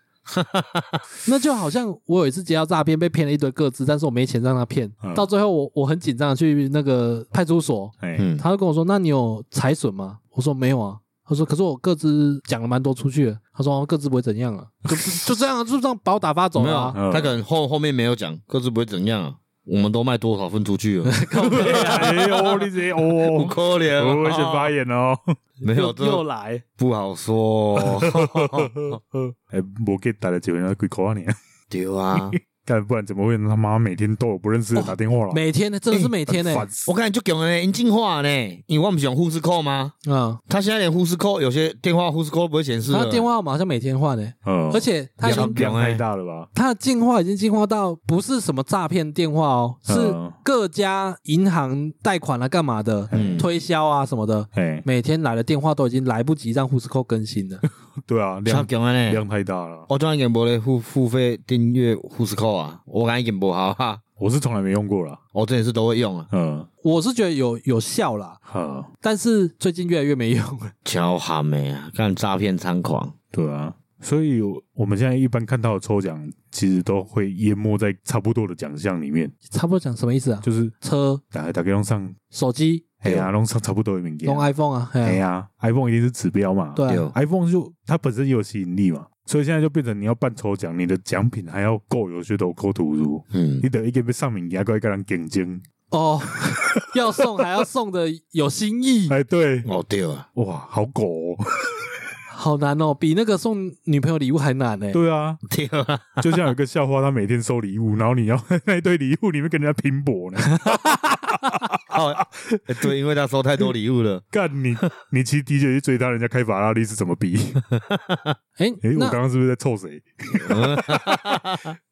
Speaker 1: 那就好像我有一次接到诈骗，被骗了一堆个资，但是我没钱让他骗
Speaker 3: 嗯，
Speaker 1: 到最后我我很紧张地去那个派出所，
Speaker 3: 哎，
Speaker 2: 嗯，
Speaker 1: 他就跟我说：“那你有财损吗？”我说：“没有啊。”他说：“可是我个资讲了蛮多出去的。”他说：“个资不会怎样啊，就就这样啊， *laughs* 就这样把我打发走
Speaker 2: 没
Speaker 1: 了
Speaker 2: 有
Speaker 1: 啊、
Speaker 3: 嗯
Speaker 2: 他可能后后面没有讲，各自不会怎样啊。我们都卖多少份出
Speaker 1: *laughs*
Speaker 2: 去了？
Speaker 3: *laughs* 哎呦，你这
Speaker 2: 不
Speaker 3: 哦，
Speaker 2: 可怜啊，
Speaker 3: 我危险发言哦，
Speaker 2: 没有，这
Speaker 1: 又又来，
Speaker 2: 不
Speaker 1: *laughs*
Speaker 2: 好说。
Speaker 3: 哎，我给打了几回，那鬼口啊你，
Speaker 2: 对啊，
Speaker 3: 干不然怎么会他妈每天都有不认识的打电话了？
Speaker 1: 每天呢，真的是每天呢、
Speaker 3: 哎很烦死
Speaker 2: 我看就讲呢，银进化呢，因为我们用呼士
Speaker 1: *laughs*
Speaker 2: 扣吗？
Speaker 1: 嗯，
Speaker 2: 他现在连呼士扣有些电话呼士扣不会显示
Speaker 3: 啊
Speaker 1: 他
Speaker 2: 了
Speaker 1: 的电话号码好像每天换呢、
Speaker 3: 嗯，
Speaker 1: 而且他已
Speaker 2: 两
Speaker 1: 经
Speaker 3: 量太大了吧？
Speaker 1: 他的进化已经进化到不是什么诈骗电话哦，是
Speaker 3: 嗯
Speaker 1: 各家银行贷款啊、干嘛的、
Speaker 2: 嗯
Speaker 1: 推销啊什么的，
Speaker 3: 哎，
Speaker 1: 每天来的电话都已经来不及让护士扣更新
Speaker 3: *laughs*
Speaker 1: 了。
Speaker 3: 对啊，
Speaker 2: 超
Speaker 3: 量
Speaker 2: 强的呢。
Speaker 3: 量太大了，
Speaker 2: 我专门无咧付付费订阅呼士扣啊，我感觉经无好哈。
Speaker 3: 我是从来没用过啦。
Speaker 2: 我真的是都会用啊，
Speaker 3: 嗯，
Speaker 1: 我是觉得有有效啦，
Speaker 3: 好，
Speaker 1: 但是最近越来越没用 *laughs* 了。
Speaker 2: 超喊的啊，干诈骗猖狂。
Speaker 3: 对啊，所以我们现在一般看到的抽奖，其实都会淹没在差不多的奖项里面，
Speaker 1: 差不多讲什么意思啊？
Speaker 3: 就是
Speaker 1: 车、
Speaker 3: 打打开用上，
Speaker 1: 手机、
Speaker 3: 哎呀，弄上差不多的名
Speaker 1: 用
Speaker 3: 件，
Speaker 1: iPhone 啊，
Speaker 3: 哎
Speaker 1: 哎呀，
Speaker 3: 呀，iPhone 一定是指标嘛，
Speaker 1: 对啊，
Speaker 2: 对
Speaker 3: iPhone 就它本身也有吸引力嘛，所以现在就变成你要办抽奖，你的奖品还要够有噱头、够突出，
Speaker 2: 嗯
Speaker 3: 你，得一个被上面牙怪跟人竞
Speaker 1: *laughs*
Speaker 3: 争。
Speaker 1: 哦，要送还要送的有新意，
Speaker 3: *laughs* 哎，对，
Speaker 2: 哦对啊，
Speaker 3: 哇，好狗、哦，
Speaker 1: 好难哦，比那个送女朋友礼物还难欸呢。
Speaker 3: *laughs* 对啊，
Speaker 2: 对啊，
Speaker 3: 就像有个笑话，他每天收礼物，然后你要 *laughs* 那一堆礼物里面跟人家拼搏呢，
Speaker 1: *laughs*
Speaker 2: 哦，对，因为他收太多礼物了。
Speaker 3: 干你，你骑 DJ 去追他，人家开法拉利是怎么
Speaker 1: *laughs*
Speaker 3: 比？
Speaker 1: 哎，
Speaker 3: 哎，我
Speaker 1: 那
Speaker 3: 刚刚是不是在臭谁？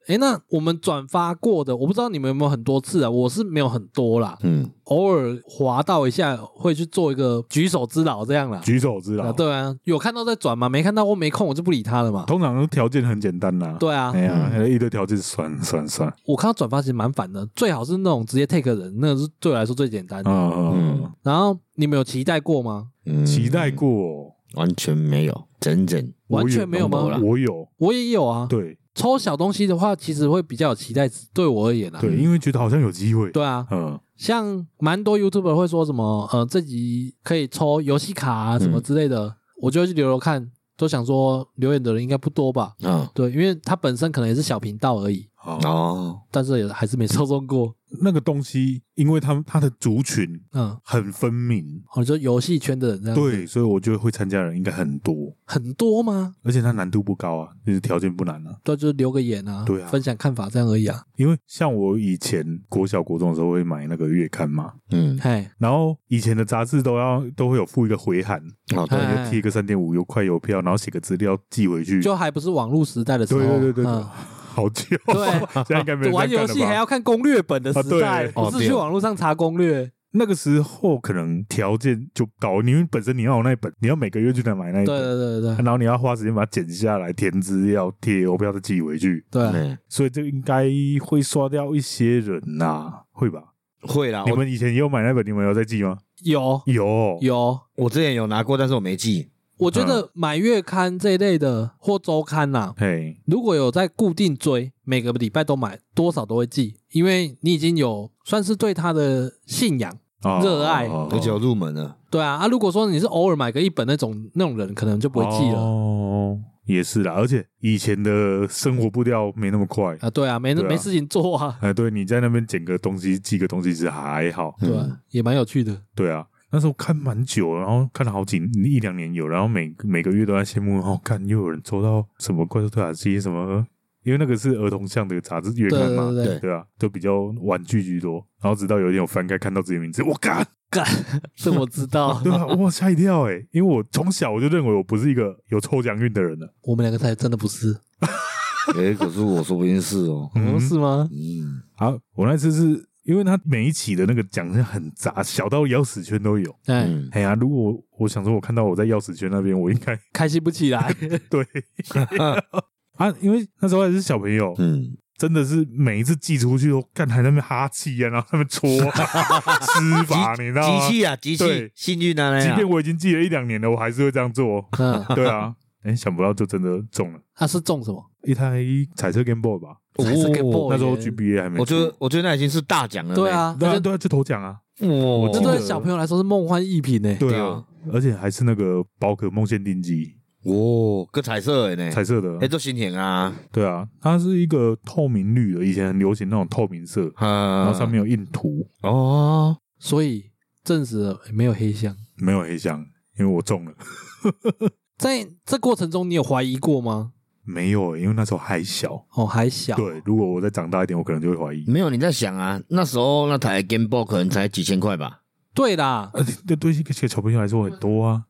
Speaker 1: 哎，那我们转发过的，我不知道你们有没有很多次啊？我是没有很多啦，
Speaker 2: *laughs* 嗯，
Speaker 1: 偶尔滑到一下会去做一个举手之劳这样啦。
Speaker 3: 举手之劳。
Speaker 1: 啊，，对啊，有看到在转吗？没看到或没空，我就不理他了嘛。
Speaker 3: 通常条件很简单啦。，
Speaker 1: 对啊，
Speaker 3: 哎呀，那一堆条件算算算，
Speaker 1: 我看到转发其实蛮烦的，最好是那种直接 take 人，那个是对我来说最简单的。
Speaker 3: 嗯
Speaker 2: 嗯，
Speaker 1: 然后你们有期待过吗？
Speaker 2: 嗯
Speaker 3: 期待过，哦
Speaker 2: 完全没有，整整
Speaker 1: 嗯
Speaker 3: 我
Speaker 1: 完全没有吗？
Speaker 3: 我有，
Speaker 1: 我也有啊。
Speaker 3: 对
Speaker 1: 抽小东西的话，其实会比较有期待值，对我而言啊。
Speaker 3: 对，因为觉得好像有机会。
Speaker 1: 对啊，
Speaker 3: 嗯，
Speaker 1: 像蛮多 YouTuber 会说什么，呃，这集可以抽游戏卡啊什么之类的，我就会去留留看，都想说留言的人应该不多吧？
Speaker 2: 啊
Speaker 1: 对，因为他本身可能也是小频道而已，
Speaker 3: 好，
Speaker 2: 哦，
Speaker 1: 但是也还是没抽中过。
Speaker 3: 那个东西，因为他们他的族群
Speaker 1: 嗯，
Speaker 3: 很分明，
Speaker 1: 哦，就游戏圈的人这样，，
Speaker 3: 对，所以我觉得会参加的人应该很多，
Speaker 1: 很多吗？
Speaker 3: 而且它难度不高啊，就是条件不难啊。
Speaker 1: 对，就是留个言啊，
Speaker 3: 对啊
Speaker 1: 分享看法这样而已啊。
Speaker 3: 因为像我以前国小国中的时候会买那个月刊嘛，
Speaker 2: 嗯，
Speaker 1: 嘿，
Speaker 3: 然后以前的杂志都要都会有附一个回函，
Speaker 2: 好
Speaker 1: 哎
Speaker 2: 的，
Speaker 3: 你就贴一个三点五邮块邮票，然后写个资料寄回去。
Speaker 1: 就还不是网络时代的时候，
Speaker 3: 对对对对对，
Speaker 1: 嗯
Speaker 3: *laughs* 好久，
Speaker 1: 对
Speaker 3: *laughs* 现在应该没有
Speaker 1: *laughs* 玩游戏还要看攻略本的时
Speaker 3: 啊
Speaker 1: 代，
Speaker 3: 对
Speaker 1: 不
Speaker 2: 哦
Speaker 1: 是去
Speaker 2: 对
Speaker 1: 网络上查攻略。
Speaker 3: 那个时候可能条件就高，因为本身你要有那一本，你要每个月去那买那一
Speaker 1: 对
Speaker 3: 本，
Speaker 1: 对对对对
Speaker 3: 然后你要花时间把它剪下来，填资料、贴邮票再寄回去，
Speaker 1: 对，
Speaker 2: 哎
Speaker 3: 所以这应该会刷掉一些人呐、会吧？
Speaker 2: 会
Speaker 1: 啊
Speaker 2: 啦，
Speaker 3: 你
Speaker 2: 我
Speaker 3: 们以前也有买那本，你们有在寄吗？
Speaker 1: 有
Speaker 3: 有，
Speaker 1: 有，
Speaker 2: 我之前有拿过，但是我没记。
Speaker 1: 我觉
Speaker 3: 嗯
Speaker 1: 得买月刊这一类的或周刊啦、
Speaker 3: 嘿，
Speaker 1: 如果有在固定追，每个礼拜都买，多少都会记，因为你已经有算是对它的信仰。
Speaker 3: 哦
Speaker 1: 热爱
Speaker 3: 哦
Speaker 2: 而且我入门了，
Speaker 1: 对啊，啊，如果说你是偶尔买个一本那种那种人，可能就不会记了、
Speaker 3: 哦，也是啦，而且以前的生活步调没那么快。
Speaker 1: 啊。对啊，没、
Speaker 3: 对啊
Speaker 1: 没事情做啊，
Speaker 3: 哎，对，你在那边捡个东西、寄个东西是还好，
Speaker 1: 对
Speaker 2: 嗯
Speaker 1: 啊，也蛮有趣的。
Speaker 3: 对啊。那时候看蛮久，然后看了好几一两年有，然后每每个月都在羡慕，哦，看又有人抽到什么怪兽特塔机什么，因为那个是儿童向的杂志月
Speaker 1: 对
Speaker 3: 刊
Speaker 1: 对
Speaker 3: 嘛，
Speaker 1: 对对，
Speaker 3: 对啊，都比较玩具居多。然后直到有一天我翻开看到自己的名字，我干，，
Speaker 1: 这我知道
Speaker 3: *laughs*
Speaker 1: *laughs*
Speaker 3: 对啊，我吓一跳哎、因为我从小我就认为我不是一个有抽奖运的人啊了。
Speaker 1: 我们两个才真的不是，
Speaker 2: *laughs* 哎，可是我说不定是哦，
Speaker 1: 嗯，是吗？
Speaker 2: 嗯，
Speaker 3: 好，我那次是因为他每一期的那个奖项很杂，小到钥匙圈都有。
Speaker 1: 哎、
Speaker 2: 嗯
Speaker 3: 哎呀，如果我我想说，我看到我在钥匙圈那边，我应该 *laughs*
Speaker 1: 开心不起来。
Speaker 3: 对啊，因为那时候还是小朋友，
Speaker 2: 嗯，
Speaker 3: 真的是每一次寄出去都干还在那边哈气啊，然后他们
Speaker 2: *laughs*
Speaker 3: 搓啊施法，你知道吗
Speaker 2: 集？气啊，集气
Speaker 3: 对，
Speaker 2: 幸运啊，
Speaker 3: 即
Speaker 2: 那
Speaker 3: 便
Speaker 2: 样
Speaker 3: 我已经寄了一两年了，我还是会这样
Speaker 2: *laughs*
Speaker 3: 做。
Speaker 1: 嗯，
Speaker 3: 对啊，哎，想不到就真的中了
Speaker 1: 他是中什么？
Speaker 3: 一台彩色 Game Boy 吧，
Speaker 1: 彩色 Game
Speaker 2: 哦
Speaker 1: Boy
Speaker 3: 那时
Speaker 1: 耶
Speaker 3: 候 GBA 还没出。
Speaker 2: 我觉得我觉得那已经是大奖了。
Speaker 1: 对，啊，
Speaker 3: 对啊
Speaker 1: 而且
Speaker 3: 对啊，就头奖啊，
Speaker 2: 哇，
Speaker 1: 这
Speaker 3: 记得
Speaker 1: 对小朋友来说是梦幻一品呢。
Speaker 3: 对
Speaker 2: 对啊
Speaker 3: 啊，而且还是那个宝可梦限定机，
Speaker 2: 哇，个彩色的呢，
Speaker 3: 彩色的
Speaker 2: 哎，，做新型啊，
Speaker 3: 对啊，它是一个透明绿的，以前很流行那种透明色，
Speaker 2: 然
Speaker 3: 然后上面有印图，
Speaker 2: 哦，
Speaker 1: 所以证实了没有黑箱。
Speaker 3: 没有黑箱，因为我中了，
Speaker 1: 在这过程中，你有怀疑过吗？
Speaker 3: 没有、因为那时候还小。
Speaker 1: 哦，还小，
Speaker 3: 对，如果我再长大一点，我可能就会怀疑。
Speaker 2: 没有你在想啊，那时候那台 Game Boy 可能才几千块吧，
Speaker 1: 对啦，
Speaker 3: 呃，这对一个小朋友来说很多啊，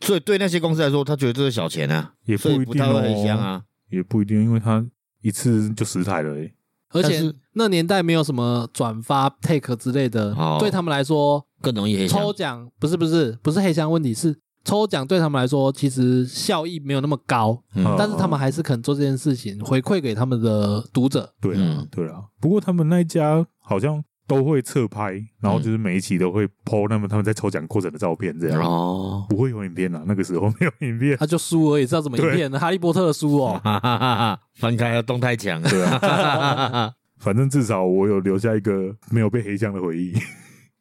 Speaker 2: 所以对那些公司来说，他觉得这是小钱啊，
Speaker 3: 也
Speaker 2: 所以
Speaker 3: 不一
Speaker 2: 不
Speaker 3: 定
Speaker 2: 太
Speaker 3: 哦
Speaker 2: 会很香啊。
Speaker 3: 也不一定，因为它一次就十台了、欸，
Speaker 1: 而
Speaker 2: 但
Speaker 1: 且
Speaker 2: 是
Speaker 1: 那年代没有什么转发、take 之类的
Speaker 2: 哦，
Speaker 1: 对他们来说，
Speaker 2: 更容易黑箱。
Speaker 1: 抽奖不是不是不是黑箱问题，是抽奖对他们来说其实效益没有那么高，
Speaker 3: 哦
Speaker 2: 嗯
Speaker 1: 但是他们还是肯做这件事情，回馈给他们的读者。
Speaker 3: 对啊，
Speaker 2: 嗯
Speaker 3: 对啊。不过他们那一家好像都会侧拍，然后就是每一期都会 PO 那么他们在抽奖过程的照片，这样、
Speaker 2: 哦，
Speaker 3: 不会有影片啊，那个时候没有影片。
Speaker 1: 他就书而已，知道怎么一
Speaker 3: 对
Speaker 1: 片《哈利波特》的书
Speaker 3: *laughs*
Speaker 1: 哦，
Speaker 2: 哈哈哈哈， *laughs* 翻开了动态墙，
Speaker 3: 对啊， *laughs*
Speaker 2: 啊，
Speaker 3: 反正至少我有留下一个没有被黑箱的回忆，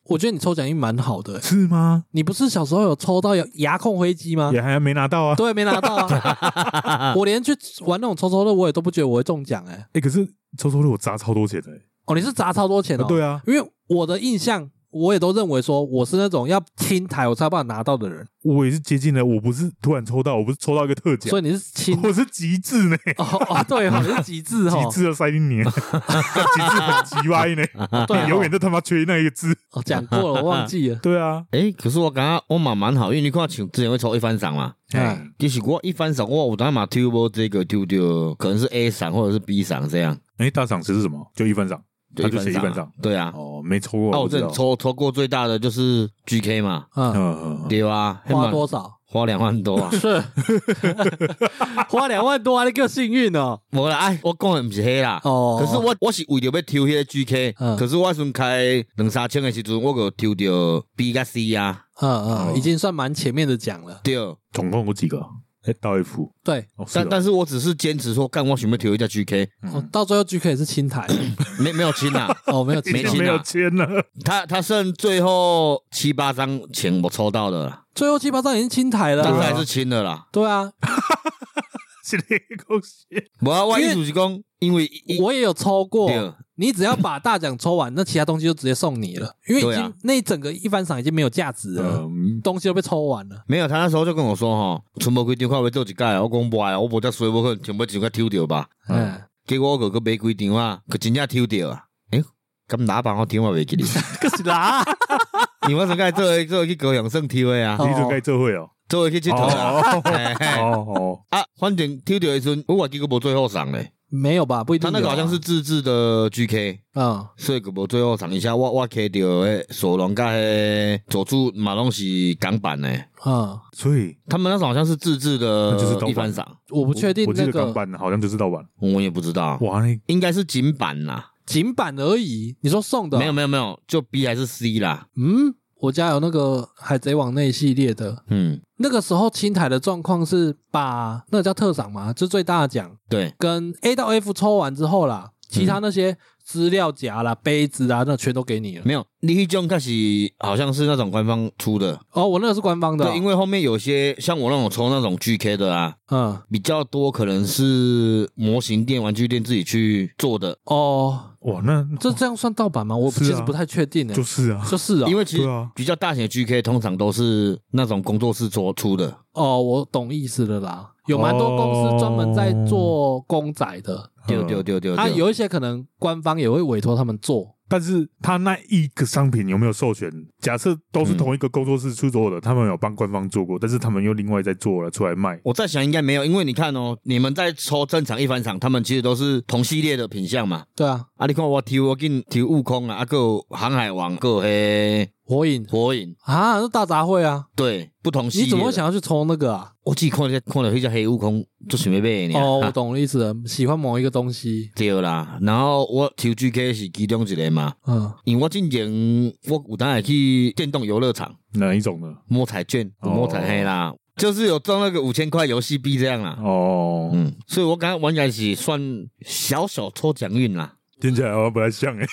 Speaker 1: 我觉得你抽奖运蛮好的、欸
Speaker 3: 是吗？
Speaker 1: 你不是小时候有抽到有牙控灰机吗？
Speaker 3: 也还没拿到啊。
Speaker 1: 对，没拿到啊！我连去玩那种抽抽乐，我也都不觉得我会中奖哎、
Speaker 3: 哎、可是抽抽乐我砸超多钱的、欸
Speaker 1: 哦，你是砸超多钱哦、
Speaker 3: 啊对啊，
Speaker 1: 因为我的印象，我也都认为说我是那种要清台我才有办法拿到的人，
Speaker 3: 我也是接近了，我不是突然抽到，我不是抽到一个特奖
Speaker 1: 所，以你是清
Speaker 3: *laughs* 我是极致呢、
Speaker 1: 哦哦， *laughs* 对哦，你是极致哦，
Speaker 3: 极致要塞
Speaker 1: *laughs*
Speaker 3: 进你，极致很鸡歪呢，
Speaker 1: 对哦，
Speaker 3: 永远都他妈缺那一个字。，
Speaker 1: 哦讲过了，我忘记了
Speaker 3: 对啊，
Speaker 2: *laughs* 哎，可是我感觉我嘛蛮好，因为你看像之前会抽一番赏嘛，
Speaker 1: 哎
Speaker 2: 其实我一番赏我有当嘛丢无这个丢丢，可能是 A 赏或者是 B 赏这样，
Speaker 3: 哎，大赏识是什么？就一番赏，
Speaker 2: 对
Speaker 3: 他就写一番
Speaker 2: 赏
Speaker 3: 赏
Speaker 2: 啊，。对啊，
Speaker 3: 哦，没抽过，
Speaker 2: 啊，我
Speaker 3: 不知
Speaker 2: 这
Speaker 3: 道。
Speaker 2: 抽抽过最大的就是 GK 嘛，
Speaker 1: 嗯，
Speaker 3: *laughs* 嗯，嗯嗯
Speaker 2: 对啊，那
Speaker 1: 花
Speaker 2: 嘛
Speaker 1: 多少？，
Speaker 2: 花两万多啊
Speaker 1: *laughs* 是花两万多，还够幸运哦。
Speaker 2: 无啦，哎，我讲的不是黑啦。
Speaker 1: 哦，
Speaker 2: 可是我我是为着要抽迄个 GK，、
Speaker 1: 嗯
Speaker 2: 可是我那时阵开两三千的时阵，我就抽到 B 甲 C 啊，
Speaker 1: 嗯
Speaker 3: 哦
Speaker 1: 嗯，已经算蛮前面的奖了。
Speaker 2: 对。
Speaker 3: 总共有几个？哎，到 F，
Speaker 1: 对，
Speaker 3: 哦，是
Speaker 2: 但
Speaker 3: 哦
Speaker 2: 但是我只是坚持说，干我想要抽一架 GK，
Speaker 1: 哦，到最后 GK 也是清台
Speaker 2: 没没有
Speaker 1: *laughs*
Speaker 2: 亲啊，
Speaker 1: 哦，没有
Speaker 3: 已
Speaker 1: 清
Speaker 2: 没
Speaker 3: 经
Speaker 1: 台
Speaker 2: 钱
Speaker 3: 没有
Speaker 2: 啊
Speaker 3: 签了， *laughs*
Speaker 2: 他他剩最后七八张钱我抽到的啦，
Speaker 1: 最后七八张已经清台了
Speaker 2: 但是
Speaker 1: 啊。
Speaker 2: 还是亲的啦。
Speaker 1: 对啊，
Speaker 3: 是那个恭喜。
Speaker 2: 啊我要万
Speaker 1: 因
Speaker 2: 一
Speaker 1: 为
Speaker 2: 主席公，因为一
Speaker 1: 我也有抽过。
Speaker 2: 对
Speaker 1: 你只要把大奖抽完，那其他东西就直接送你了，因为已
Speaker 2: 对
Speaker 1: 经、
Speaker 2: 啊
Speaker 1: 那一整个一番赏已经没有价值了，
Speaker 3: 嗯，
Speaker 1: 东西都被抽完了。
Speaker 2: 没有，他那时候就跟我说吼，存无几张，看要做一届，我讲无啊，我无遮衰，我可能全部一张抽着吧。
Speaker 1: 嗯，
Speaker 2: 结果我个个买几张啊，佮真正抽着啊。诶，咁哪帮我抽我袂记哩？
Speaker 1: 可是
Speaker 3: 啊
Speaker 1: 啦，
Speaker 2: 因为我上届做的做的去高雄算抽的啊
Speaker 1: 哦，
Speaker 3: 你准该这会哦。
Speaker 2: 做的去佚佗啊。
Speaker 3: 哦
Speaker 2: 嘿嘿
Speaker 3: 哦
Speaker 2: *laughs* 啊，反正抽着的时阵，我还记个无最后赏嘞。
Speaker 1: *laughs* 没有吧？不一
Speaker 2: 他
Speaker 1: 定有啊。
Speaker 2: 那个好像是自制的 GK，
Speaker 1: 嗯，
Speaker 2: 所以个无最后尝一下，我我开着诶，索隆甲迄佐助嘛拢是港版诶，
Speaker 1: 嗯，
Speaker 2: 哎
Speaker 3: 所以
Speaker 2: 他们那时候好像是自制的
Speaker 3: 那就是盗版
Speaker 2: 一番赏，
Speaker 1: 我不确定
Speaker 3: 我记
Speaker 1: 那
Speaker 3: 得港
Speaker 1: 个
Speaker 3: 版好像就是盗版。
Speaker 2: 我也不知道，
Speaker 3: 哇，那
Speaker 2: 应该是锦版啦，
Speaker 1: 锦版而已。你说送的？啊
Speaker 2: 没有。没有没有，就 B 还是 C 啦，
Speaker 1: 嗯，我家有那个海贼王那一系列的。
Speaker 2: 嗯，
Speaker 1: 那个时候青台的状况是把那个叫特赏嘛，就最大的奖
Speaker 2: 对，
Speaker 1: 跟 A 到 F 抽完之后啦，其他那些资料夹啦、杯子啊，那全都给你了。
Speaker 2: 没有，你迄种开始好像是那种官方出的，
Speaker 1: 哦，我那个是官方的哦、
Speaker 2: 对，因为后面有些像我那种抽那种 GK 的啊，
Speaker 1: 嗯，
Speaker 2: 比较多可能是模型店、玩具店自己去做的，
Speaker 1: 哦，
Speaker 3: 哇那
Speaker 1: 这这样算盗版吗？我
Speaker 3: 是啊
Speaker 1: 其实不太确定诶、
Speaker 3: 就是啊，
Speaker 1: 就是啊、
Speaker 2: 因为其实
Speaker 3: 对啊
Speaker 2: 比较大型的 GK 通常都是那种工作室做出的，
Speaker 1: 哦，我懂意思了啦。有蛮多公司专门在做公仔的，
Speaker 2: 对对对哦对，
Speaker 1: 啊，
Speaker 2: 对
Speaker 1: 有一些可能官方也会委托他们做。
Speaker 3: 但是他那一个商品有没有授权？假设都是同一个工作室出做的，他们有帮官方做过，但是他们又另外再做了出来卖。
Speaker 2: 我在想应该没有，因为你看哦，你们在抽正常一番赏，他们其实都是同系列的品相嘛。
Speaker 1: 对啊，
Speaker 2: 啊，你看我抽我进抽悟空啊，啊还有航海王，还有迄
Speaker 1: 火影
Speaker 2: 火影，
Speaker 1: 啊，是大杂烩啊！
Speaker 2: 对，不同系列
Speaker 1: 你
Speaker 2: 的
Speaker 1: 怎么会想？要去抽那个啊？
Speaker 2: 我自己看了看了那只黑悟空，就想要买的呢。
Speaker 1: 哦，我懂了意思了，喜欢某一个东西，
Speaker 2: 对啦，然后我抽 G K 是其中一个嘛，
Speaker 1: 嗯，
Speaker 2: 因为我进前我有当会去电动游乐场
Speaker 3: 哪一种呢？
Speaker 2: 摸彩券、
Speaker 3: 哦
Speaker 2: 摸彩黑啦，就是有中那个五千块游戏币这样啦。
Speaker 3: 哦，
Speaker 2: 嗯，所以我刚刚玩起来是算小小抽奖运啦。
Speaker 3: 听起来好像不太像
Speaker 1: *laughs*
Speaker 3: 哎。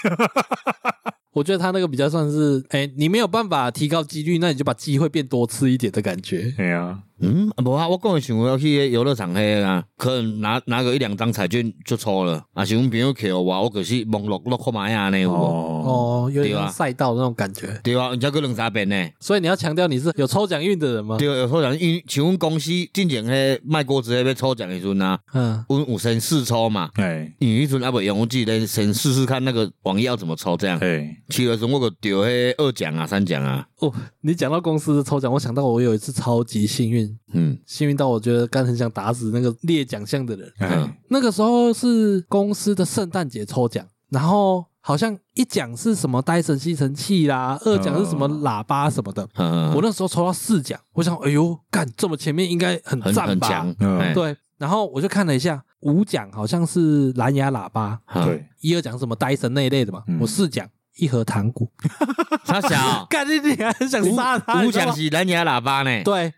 Speaker 1: 我觉得他那个比较算是，哎，你没有办法提高几率，那你就把机会变多次一点的感觉。
Speaker 3: 哎呀，
Speaker 2: 嗯，啊无啊，我讲的想要去那游乐场黑啊，可能拿拿个一两张彩券就抽了，啊，是阮朋友给我，我就是网络落看买啊呢，有无？
Speaker 3: *laughs* 哦，
Speaker 1: 哦，有点
Speaker 2: 对啊
Speaker 1: 像赛道的那种感觉。
Speaker 2: 对啊，人家个两三遍呢。
Speaker 1: 所以你要强调你是有抽奖运的人吗？
Speaker 2: 对，有抽奖，因为像阮公司进前迄卖锅子迄要抽奖的时阵啊，
Speaker 1: 嗯，
Speaker 2: 阮有先试抽嘛，
Speaker 3: 哎
Speaker 2: 因为迄阵还袂用，阮自己咧先试试看那个网页要怎么抽这样。
Speaker 3: 哎，
Speaker 2: 去的时候我个丢迄二奖啊、三奖啊，
Speaker 1: 哦，你讲到公司的抽奖，我想到我有一次超级幸运，
Speaker 2: 嗯
Speaker 1: 幸运到我觉得刚很想打死那个列奖项的人。
Speaker 3: 哎
Speaker 2: 嗯，
Speaker 1: 那个时候是公司的圣诞节抽奖，然后好像一奖是什么戴森吸尘器啦，二奖是什么喇叭什么的。
Speaker 2: 嗯，
Speaker 1: 我那时候抽到四奖，我想，哎呦，干这么前面应该很
Speaker 2: 很
Speaker 1: 赞
Speaker 2: 很
Speaker 1: 吧
Speaker 2: 强？，
Speaker 3: 嗯
Speaker 2: 哎，
Speaker 1: 对，然后我就看了一下，五奖好像是蓝牙喇叭，
Speaker 2: 嗯，
Speaker 3: 对，
Speaker 1: 一二奖是什么戴森那一类的嘛，
Speaker 3: 嗯
Speaker 1: 我四奖一盒糖果，
Speaker 2: *laughs* 他小
Speaker 1: *laughs* 干你你还想杀他？
Speaker 2: 五
Speaker 1: 你
Speaker 2: 五
Speaker 1: 知道吗
Speaker 2: 奖是蓝牙喇叭呢，
Speaker 1: 对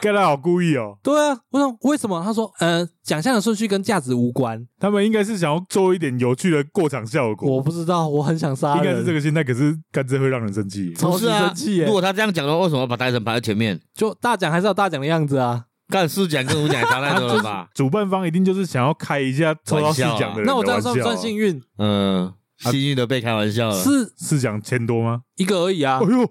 Speaker 3: 盖拉好故意哦，
Speaker 1: 对啊，我想为什么？他说，呃，奖项的顺序跟价值无关，
Speaker 3: 他们应该是想要做一点有趣的过场效
Speaker 1: 我
Speaker 3: 果，
Speaker 1: 不知道，我很想杀
Speaker 3: 哦应
Speaker 1: 人，
Speaker 3: 该是这个心态。可是干这会让人生气，
Speaker 1: 超
Speaker 2: 不
Speaker 1: 级
Speaker 2: 是啊
Speaker 1: 生气耶、
Speaker 2: 如果他这样讲的话，为什么要把戴森排在前面？
Speaker 1: 就大奖还是要大奖的样子啊。
Speaker 2: 干四奖跟五奖也差太多了吧？
Speaker 3: 主办方一定就是想要开一下抽到四奖的人的
Speaker 1: 那我这样
Speaker 3: 玩
Speaker 1: 算不
Speaker 3: 笑
Speaker 1: 算
Speaker 3: 啊。嗯
Speaker 1: 幸运？
Speaker 2: 嗯，幸运的被开玩笑了，
Speaker 1: 是
Speaker 3: 四奖钱多吗？
Speaker 1: 一个而已啊
Speaker 3: *laughs* 哎。呦，。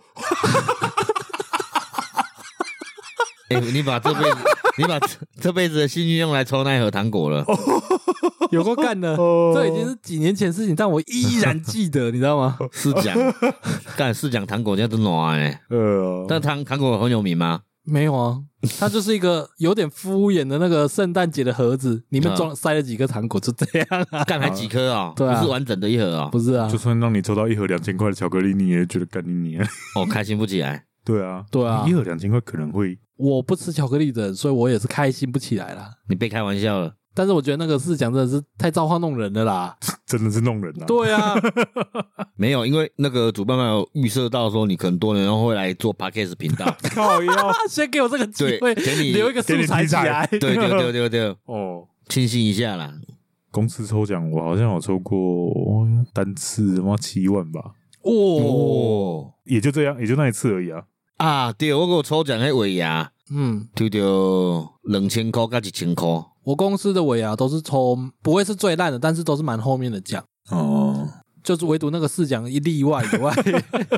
Speaker 2: 哎，你把这辈子，你把这这辈子的幸运用来抽那一盒糖果了。
Speaker 1: 有够干的
Speaker 3: 哦
Speaker 1: 这已经是几年前的事情，但我依然记得，你知道吗？
Speaker 3: 哦
Speaker 2: 四奖，干四奖糖果这样子暖哎，
Speaker 3: 呃，
Speaker 2: 但糖糖果很有名吗？
Speaker 1: 没有啊，它就是一个有点敷衍的那个圣诞节的盒子，里面装塞了几个糖果，就这样啊。
Speaker 2: 干还几颗哦，
Speaker 1: 对啊
Speaker 2: 不是完整的一盒哦，
Speaker 1: 不是啊
Speaker 3: *laughs* 就，算让你抽到一盒两千块的巧克力，你也觉得干你娘。
Speaker 2: 哦，开心不起来。
Speaker 3: 对啊，
Speaker 1: 对啊
Speaker 3: 一盒两千块可能会
Speaker 1: 我不吃巧克力的人，所以我也是开心不起来啦。
Speaker 2: 你被开玩笑了，
Speaker 1: 但是我觉得那个事讲真的是太造化弄人了啦。
Speaker 3: 真的是弄人
Speaker 1: *laughs*
Speaker 3: 啊。
Speaker 1: 对啊，
Speaker 2: 没有？因为那个主办方有预设到说你可能多人会来做 podcast 频道，
Speaker 1: *laughs*
Speaker 3: 靠腰
Speaker 1: 先给我这个机会，
Speaker 2: 对给你
Speaker 1: 留一个素材起来。
Speaker 2: 对对对对对，
Speaker 3: *laughs* 哦。
Speaker 2: 庆幸一下啦。
Speaker 3: 公司抽奖，我好像有抽过单次他妈七万吧，
Speaker 1: 哦，
Speaker 2: 哦
Speaker 3: 也就这样，也就那一次而已啊。
Speaker 2: 啊，对，我给我抽奖那尾牙
Speaker 1: 嗯，
Speaker 2: 抽到两千块跟一千块，
Speaker 1: 我公司的尾牙都是抽，不会是最烂的，但是都是蛮后面的奖，
Speaker 3: 哦，
Speaker 1: 就是唯独那个四奖一例外以
Speaker 2: *laughs*
Speaker 1: 外， *laughs*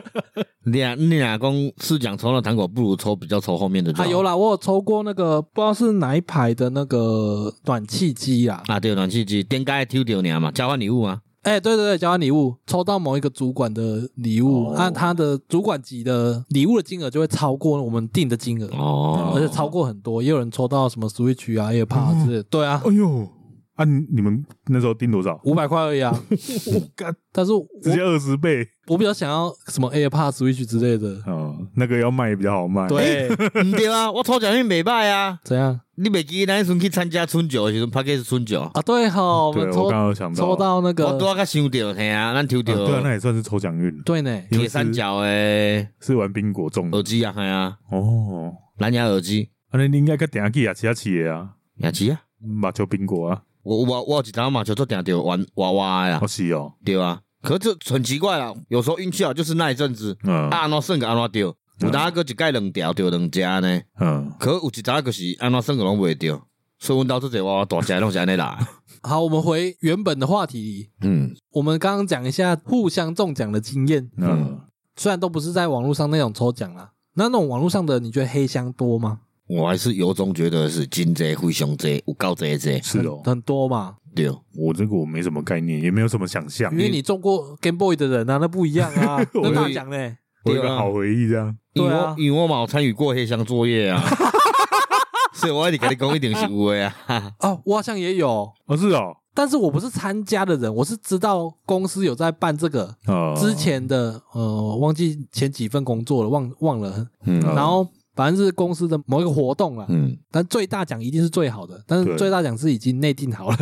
Speaker 2: 你俩你俩讲四奖抽到糖果，不如抽比较抽后面的就好。
Speaker 1: 啊有啦，我有抽过那个不知道是哪一排的那个暖气机啦，
Speaker 2: 啊，对，暖气机点解抽到你嘛，交换礼物啊。
Speaker 1: 哎、对对对，交换礼物，抽到某一个主管的礼物，
Speaker 3: 哦
Speaker 1: 按、他的主管级的礼物的金额就会超过我们定的金额，
Speaker 2: 哦
Speaker 1: 而且超过很多，也有人抽到什么 Switch 啊、AirPods 之类的，对啊，
Speaker 3: 哎呦啊！你你们那时候订多少？
Speaker 1: 五百块而已啊，
Speaker 3: *laughs* 干，
Speaker 1: 但是我
Speaker 3: 直接二十倍
Speaker 1: 我比较想要什么 AirPods、Switch 之类的，
Speaker 3: 哦，那个要卖也比较好卖。，
Speaker 1: 对，
Speaker 2: 唔对啊，我抽奖运袂歹啊。
Speaker 1: 怎样？
Speaker 2: 你袂记咱迄阵去参加春酒的时阵拍的是春酒，
Speaker 1: 啊，对哈，我
Speaker 3: 嗯对
Speaker 1: 们
Speaker 3: 我
Speaker 1: 抽
Speaker 3: 刚刚有想
Speaker 1: 抽
Speaker 3: 啊
Speaker 1: 到那
Speaker 2: 我拄
Speaker 1: 个，
Speaker 2: 啊较想着，嘿啊，咱抽
Speaker 3: 对啊，那
Speaker 2: 着
Speaker 3: 也算是抽奖运，
Speaker 1: 对呢，
Speaker 3: 因为
Speaker 2: 铁
Speaker 3: 是
Speaker 2: 三角的
Speaker 3: 是玩宾果中的
Speaker 2: 耳机啊，嘿啊，
Speaker 3: 哦。
Speaker 2: 蓝牙耳机，
Speaker 3: 啊，那你应该跟定下去啊，其他企业啊，
Speaker 2: 牙齿啊。
Speaker 3: 麻球宾果啊，
Speaker 2: 我我我有一张嘛，就做定着玩娃娃的啊
Speaker 3: 好，是哦，
Speaker 2: 对啊。可是这很奇怪啊，有时候运气好就是那一阵子，
Speaker 3: 嗯
Speaker 2: 啊安怎算个安怎着，有当个一盖两条着两只呢，
Speaker 3: 嗯，
Speaker 2: 可有一张就是安怎算个拢袂着，所以阮兜即个娃娃大只拢是安尼啦。
Speaker 1: 好，我们回原本的话题，
Speaker 2: 嗯，
Speaker 1: 我们刚刚讲一下互相中奖的经验，
Speaker 3: 嗯，
Speaker 1: 虽然都不是在网络上那种抽奖啦，那那种网络上的你觉得黑箱多吗？
Speaker 2: 我还是由衷觉得是真济非常济，有够济济，
Speaker 3: 是哦，
Speaker 1: 很多嘛，
Speaker 2: 对。
Speaker 3: 我这个我没什么概念，也没有什么想象
Speaker 1: 因，为你中过 Game Boy 的人啊，那不一样啊，
Speaker 3: *laughs* 我
Speaker 1: 那大
Speaker 2: 以
Speaker 1: 奖呢？
Speaker 3: 我有个好回忆这样，
Speaker 2: 啊因为
Speaker 1: 对
Speaker 2: 我、
Speaker 1: 啊
Speaker 2: 因为我嘛有参与过黑箱作业啊，所以我一直跟你讲一定是有的啊。
Speaker 1: 哦，我好像也有，
Speaker 3: 哦，是哦，
Speaker 1: 但是我不是参加的人，我是知道公司有在办这个
Speaker 3: 哦
Speaker 1: 之前的呃，忘记前几份工作了，忘忘了。
Speaker 2: 嗯
Speaker 3: 哦
Speaker 1: 然后反正是公司的某一个活动啦，
Speaker 2: 嗯，
Speaker 1: 但最大奖一定是最好的，但是
Speaker 3: 对
Speaker 1: 最大奖是已经内定好了，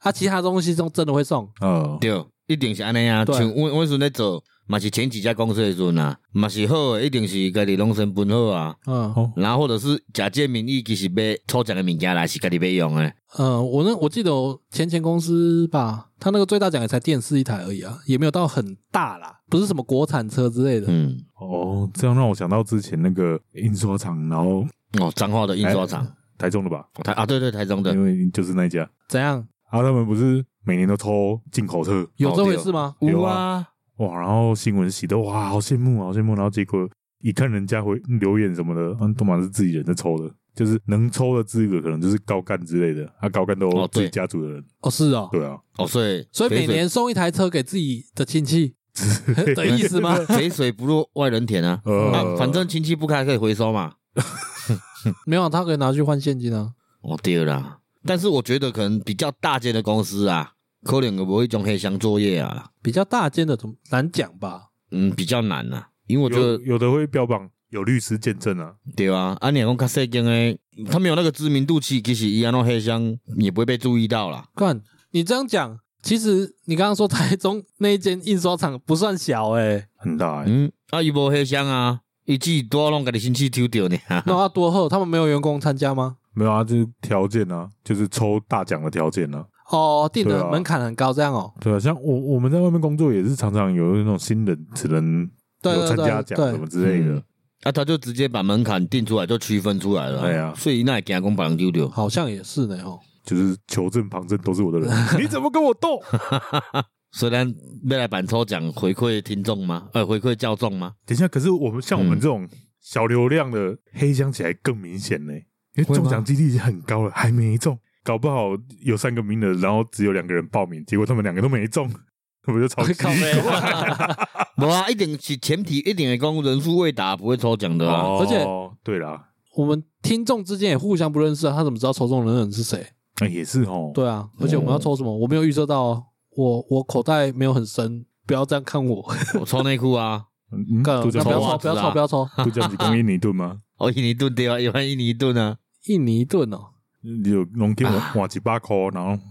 Speaker 1: 啊，其他东西都真的会送。
Speaker 3: 哦，
Speaker 2: 对，一定是安尼啊。
Speaker 1: 对
Speaker 2: 像阮阮时阵咧做，嘛是前几家公司的时阵啊，嘛是好诶，一定是家己拢先分好啊。
Speaker 1: 嗯
Speaker 3: 哦
Speaker 2: 然后或者是假借名义，其实买抽奖的物件来是家己买用诶。
Speaker 1: 呃，我那我记得我前前公司吧，他那个最大奖也才电视一台而已啊，也没有到很大啦，不是什么国产车之类的。
Speaker 2: 嗯，
Speaker 3: 哦，这样让我想到之前那个印刷厂，然后哎
Speaker 2: 哦，彰化的印刷厂，
Speaker 3: 台中的吧，
Speaker 1: 哎
Speaker 2: 台啊，对对，台中的
Speaker 3: 因为就是那一家，
Speaker 1: 怎样？
Speaker 3: 啊，他们不是每年都抽进口车，
Speaker 1: 有这
Speaker 2: 哦
Speaker 1: 回
Speaker 2: 对哦
Speaker 1: 事吗？
Speaker 3: 有
Speaker 2: 啊，
Speaker 3: 哇，然后新闻洗的哇，好羡慕，啊好羡慕，然后结果一看人家回留言什么的，嗯，都嘛是自己人在抽的，就是能抽的资格可能就是高干之类的，啊，高干都
Speaker 2: 哦
Speaker 3: 自
Speaker 2: 对
Speaker 3: 己家族的人，
Speaker 1: 哦，是哦，
Speaker 3: 对啊，
Speaker 2: 哦，所以
Speaker 1: 所以每
Speaker 2: 肥水
Speaker 1: 年送一台车给自己的亲
Speaker 3: *laughs*
Speaker 1: 戚的意思吗？
Speaker 2: 肥水不落外人田
Speaker 3: *laughs*
Speaker 2: 啊。啊，
Speaker 3: 呃，
Speaker 2: 反正亲戚不开可以回收嘛。
Speaker 1: 没有，他可以拿去换现金啊。
Speaker 2: 哦，对啦，但是我觉得可能比较大间的公司啊，可能有无一种黑箱作业啊，
Speaker 1: 比较大间的怎么难讲吧？
Speaker 2: 嗯，比较难啊，因为我
Speaker 3: 我
Speaker 2: 觉得
Speaker 3: 有的会标榜有律师见证啊，
Speaker 2: 对啊，啊，你讲较细间诶，他没有那个知名度去，其实伊安诺黑箱也不会被注意到啦。
Speaker 1: 干，你这样讲，其实你刚刚说台中那一间印刷厂不算小哎、
Speaker 3: *laughs* 很大、欸，
Speaker 2: 嗯，啊，伊无黑箱啊，伊自己多拢家己亲戚抽掉呢。
Speaker 1: 那要多厚？他们没有员工参加吗？
Speaker 3: 没有啊，就是条件啊，就是抽大奖的条件啊，
Speaker 1: 哦，定
Speaker 3: 对
Speaker 1: 的
Speaker 3: 啊
Speaker 1: 门槛很高，这样哦。
Speaker 3: 对啊，像我我们在外面工作也是常常有那种新人只能
Speaker 1: 对
Speaker 3: 有
Speaker 1: 对
Speaker 3: 参加
Speaker 1: 对
Speaker 3: 奖什
Speaker 1: 对
Speaker 3: 么，之类的
Speaker 2: 嗯，啊，他就直接把门槛定出来，就区分出来了。
Speaker 3: 哎呀
Speaker 2: 所以那也惊讲把人丢掉。
Speaker 1: 好像也是呢哦。
Speaker 3: 就是求证旁证都是我的人， *laughs* 你怎么跟我斗？
Speaker 2: 虽然未来版抽奖回馈听众吗？呃，回馈教众吗？
Speaker 3: 等一下，可是我们像我们
Speaker 2: 嗯
Speaker 3: 这种小流量的黑箱起来更明显呢、因为
Speaker 1: 会吗
Speaker 3: 中奖几率已经很高了，还没中，搞不好有三个名额，然后只有两个人报名，结果他们两个都没中， *laughs* 那不就超级
Speaker 1: 靠背
Speaker 2: 无啊，一定是前提，一定会讲人数未达不会抽奖的啊。
Speaker 3: 哦
Speaker 1: 而且
Speaker 3: 对啦，
Speaker 1: 我们听众之间也互相不认识啊，他怎么知道抽中的人是谁？
Speaker 3: 哎也是哦，
Speaker 1: 对啊，而且我们要抽什么？我没有预测到哦，我我口袋没有很深，不要这样看我。
Speaker 2: 我抽内裤啊，
Speaker 3: 嗯，
Speaker 1: 干，
Speaker 3: 都
Speaker 1: 那
Speaker 3: 讲
Speaker 1: 不要
Speaker 2: 抽袜
Speaker 1: 抽，
Speaker 2: 子
Speaker 1: 不要
Speaker 2: 啊
Speaker 1: 抽，不要抽，
Speaker 3: 都讲几公印尼盾吗？
Speaker 2: 哦，印尼盾对啊，一万印尼盾啊，
Speaker 1: 印尼盾
Speaker 3: *laughs*
Speaker 1: 哦。
Speaker 3: 有农给我
Speaker 1: 啊
Speaker 3: 换几把块，然后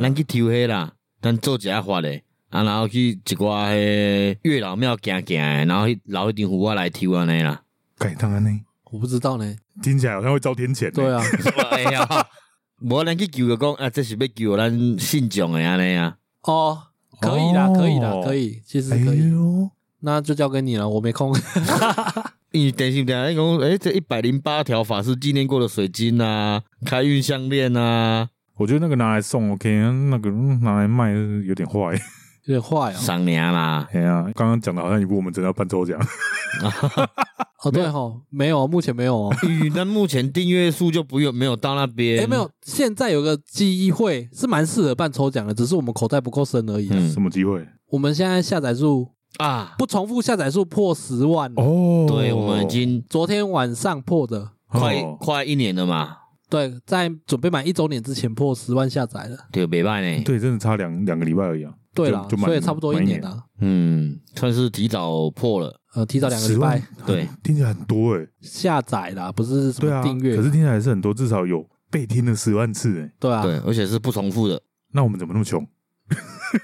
Speaker 2: 咱去抽黑啦，咱做一下法嘞，啊，然后去一寡迄月老庙行行的，然后去留一张符啊我来抽安尼啦。
Speaker 3: 改当然呢，
Speaker 1: 我不知道呢。
Speaker 3: 听起来好像会遭天谴、欸。
Speaker 1: 对，啊， *laughs*
Speaker 2: 哎呀，无咱去求个讲啊，这是要求咱信众的安尼啊。
Speaker 1: 哦，可以啦，
Speaker 3: 哦
Speaker 1: 可以啦，可以，其实
Speaker 3: 哎
Speaker 1: 可以。
Speaker 3: 呦，
Speaker 1: 那就交给你了，我没空。 *laughs*
Speaker 2: 你等一下，你讲，哎，这一百零八条法师纪念过的水晶啊，开运项链啊，
Speaker 3: 我觉得那个拿来送 OK，那个嗯拿来卖有点坏。 *laughs*
Speaker 1: 有点坏哦。
Speaker 2: 赏娘啦，
Speaker 3: 哎呀，刚刚讲的好像一部我们真的要办抽奖，
Speaker 1: 哦，对哦，没有，目前没有
Speaker 3: *laughs*
Speaker 1: 哦。
Speaker 2: 咦，那目前订阅数就不用没有到那边，
Speaker 1: 哎，没有，现在有个机会是蛮适合办抽奖的，只是我们口袋不够深而已啊。
Speaker 2: 嗯
Speaker 3: 什么机会？
Speaker 1: 我们现在下载数
Speaker 2: 啊。
Speaker 1: 不重复下载数破十万了，
Speaker 3: 哦
Speaker 2: 对，我们已经
Speaker 1: 昨天晚上破的。
Speaker 2: 快、
Speaker 3: 哦
Speaker 2: 快一年了嘛，
Speaker 1: 对，在准备满一周年之前破十万下载了。
Speaker 2: 对，没办呢。
Speaker 3: 对，真的差两两个礼拜而已啊。
Speaker 1: 对啦，
Speaker 3: 就就满
Speaker 1: 所以差不多一年
Speaker 3: 满
Speaker 1: 啦。
Speaker 2: 嗯，算是提早破了。
Speaker 1: 呃，提早两个礼
Speaker 3: 10万
Speaker 1: 拜
Speaker 2: 对，
Speaker 3: 听起来很多哎。
Speaker 1: 下载啦，不是什
Speaker 3: 对
Speaker 1: 么
Speaker 3: 啊，
Speaker 1: 订阅。
Speaker 3: 可是听起来是很多，至少有被听了十万次哎。
Speaker 1: 对啊，
Speaker 2: 对，而且是不重复的。
Speaker 3: 那我们怎么那么穷？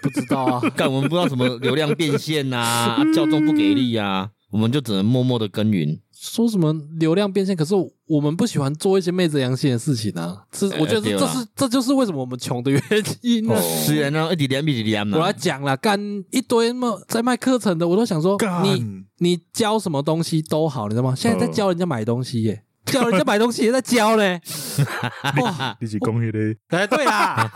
Speaker 1: 不知道
Speaker 2: *laughs*
Speaker 1: 啊。
Speaker 2: 干，我们不知道什么流量变现
Speaker 3: *laughs*
Speaker 2: 呐、教众不给力啊，我们就只能默默的耕耘。
Speaker 1: 说什么流量变现，可是我们不喜欢做一些昧着良心的事情啊。这
Speaker 2: 哎
Speaker 1: 我觉得
Speaker 2: 对
Speaker 1: 这
Speaker 2: 啦
Speaker 1: 这是这就是为什么我们穷的原因啊。
Speaker 2: 虽然呢，一点点一点点
Speaker 1: 我来
Speaker 2: 呐，
Speaker 1: 讲啦，干一堆么在卖课程的，我都想说
Speaker 3: 干
Speaker 1: 你你教什么东西都好，你知道吗？现在在教人家买东西
Speaker 3: *laughs*
Speaker 1: 耶，教人家买东西也在教
Speaker 2: *laughs*
Speaker 1: 嘞。哇，
Speaker 3: 一起工业的
Speaker 1: 哎，对啦，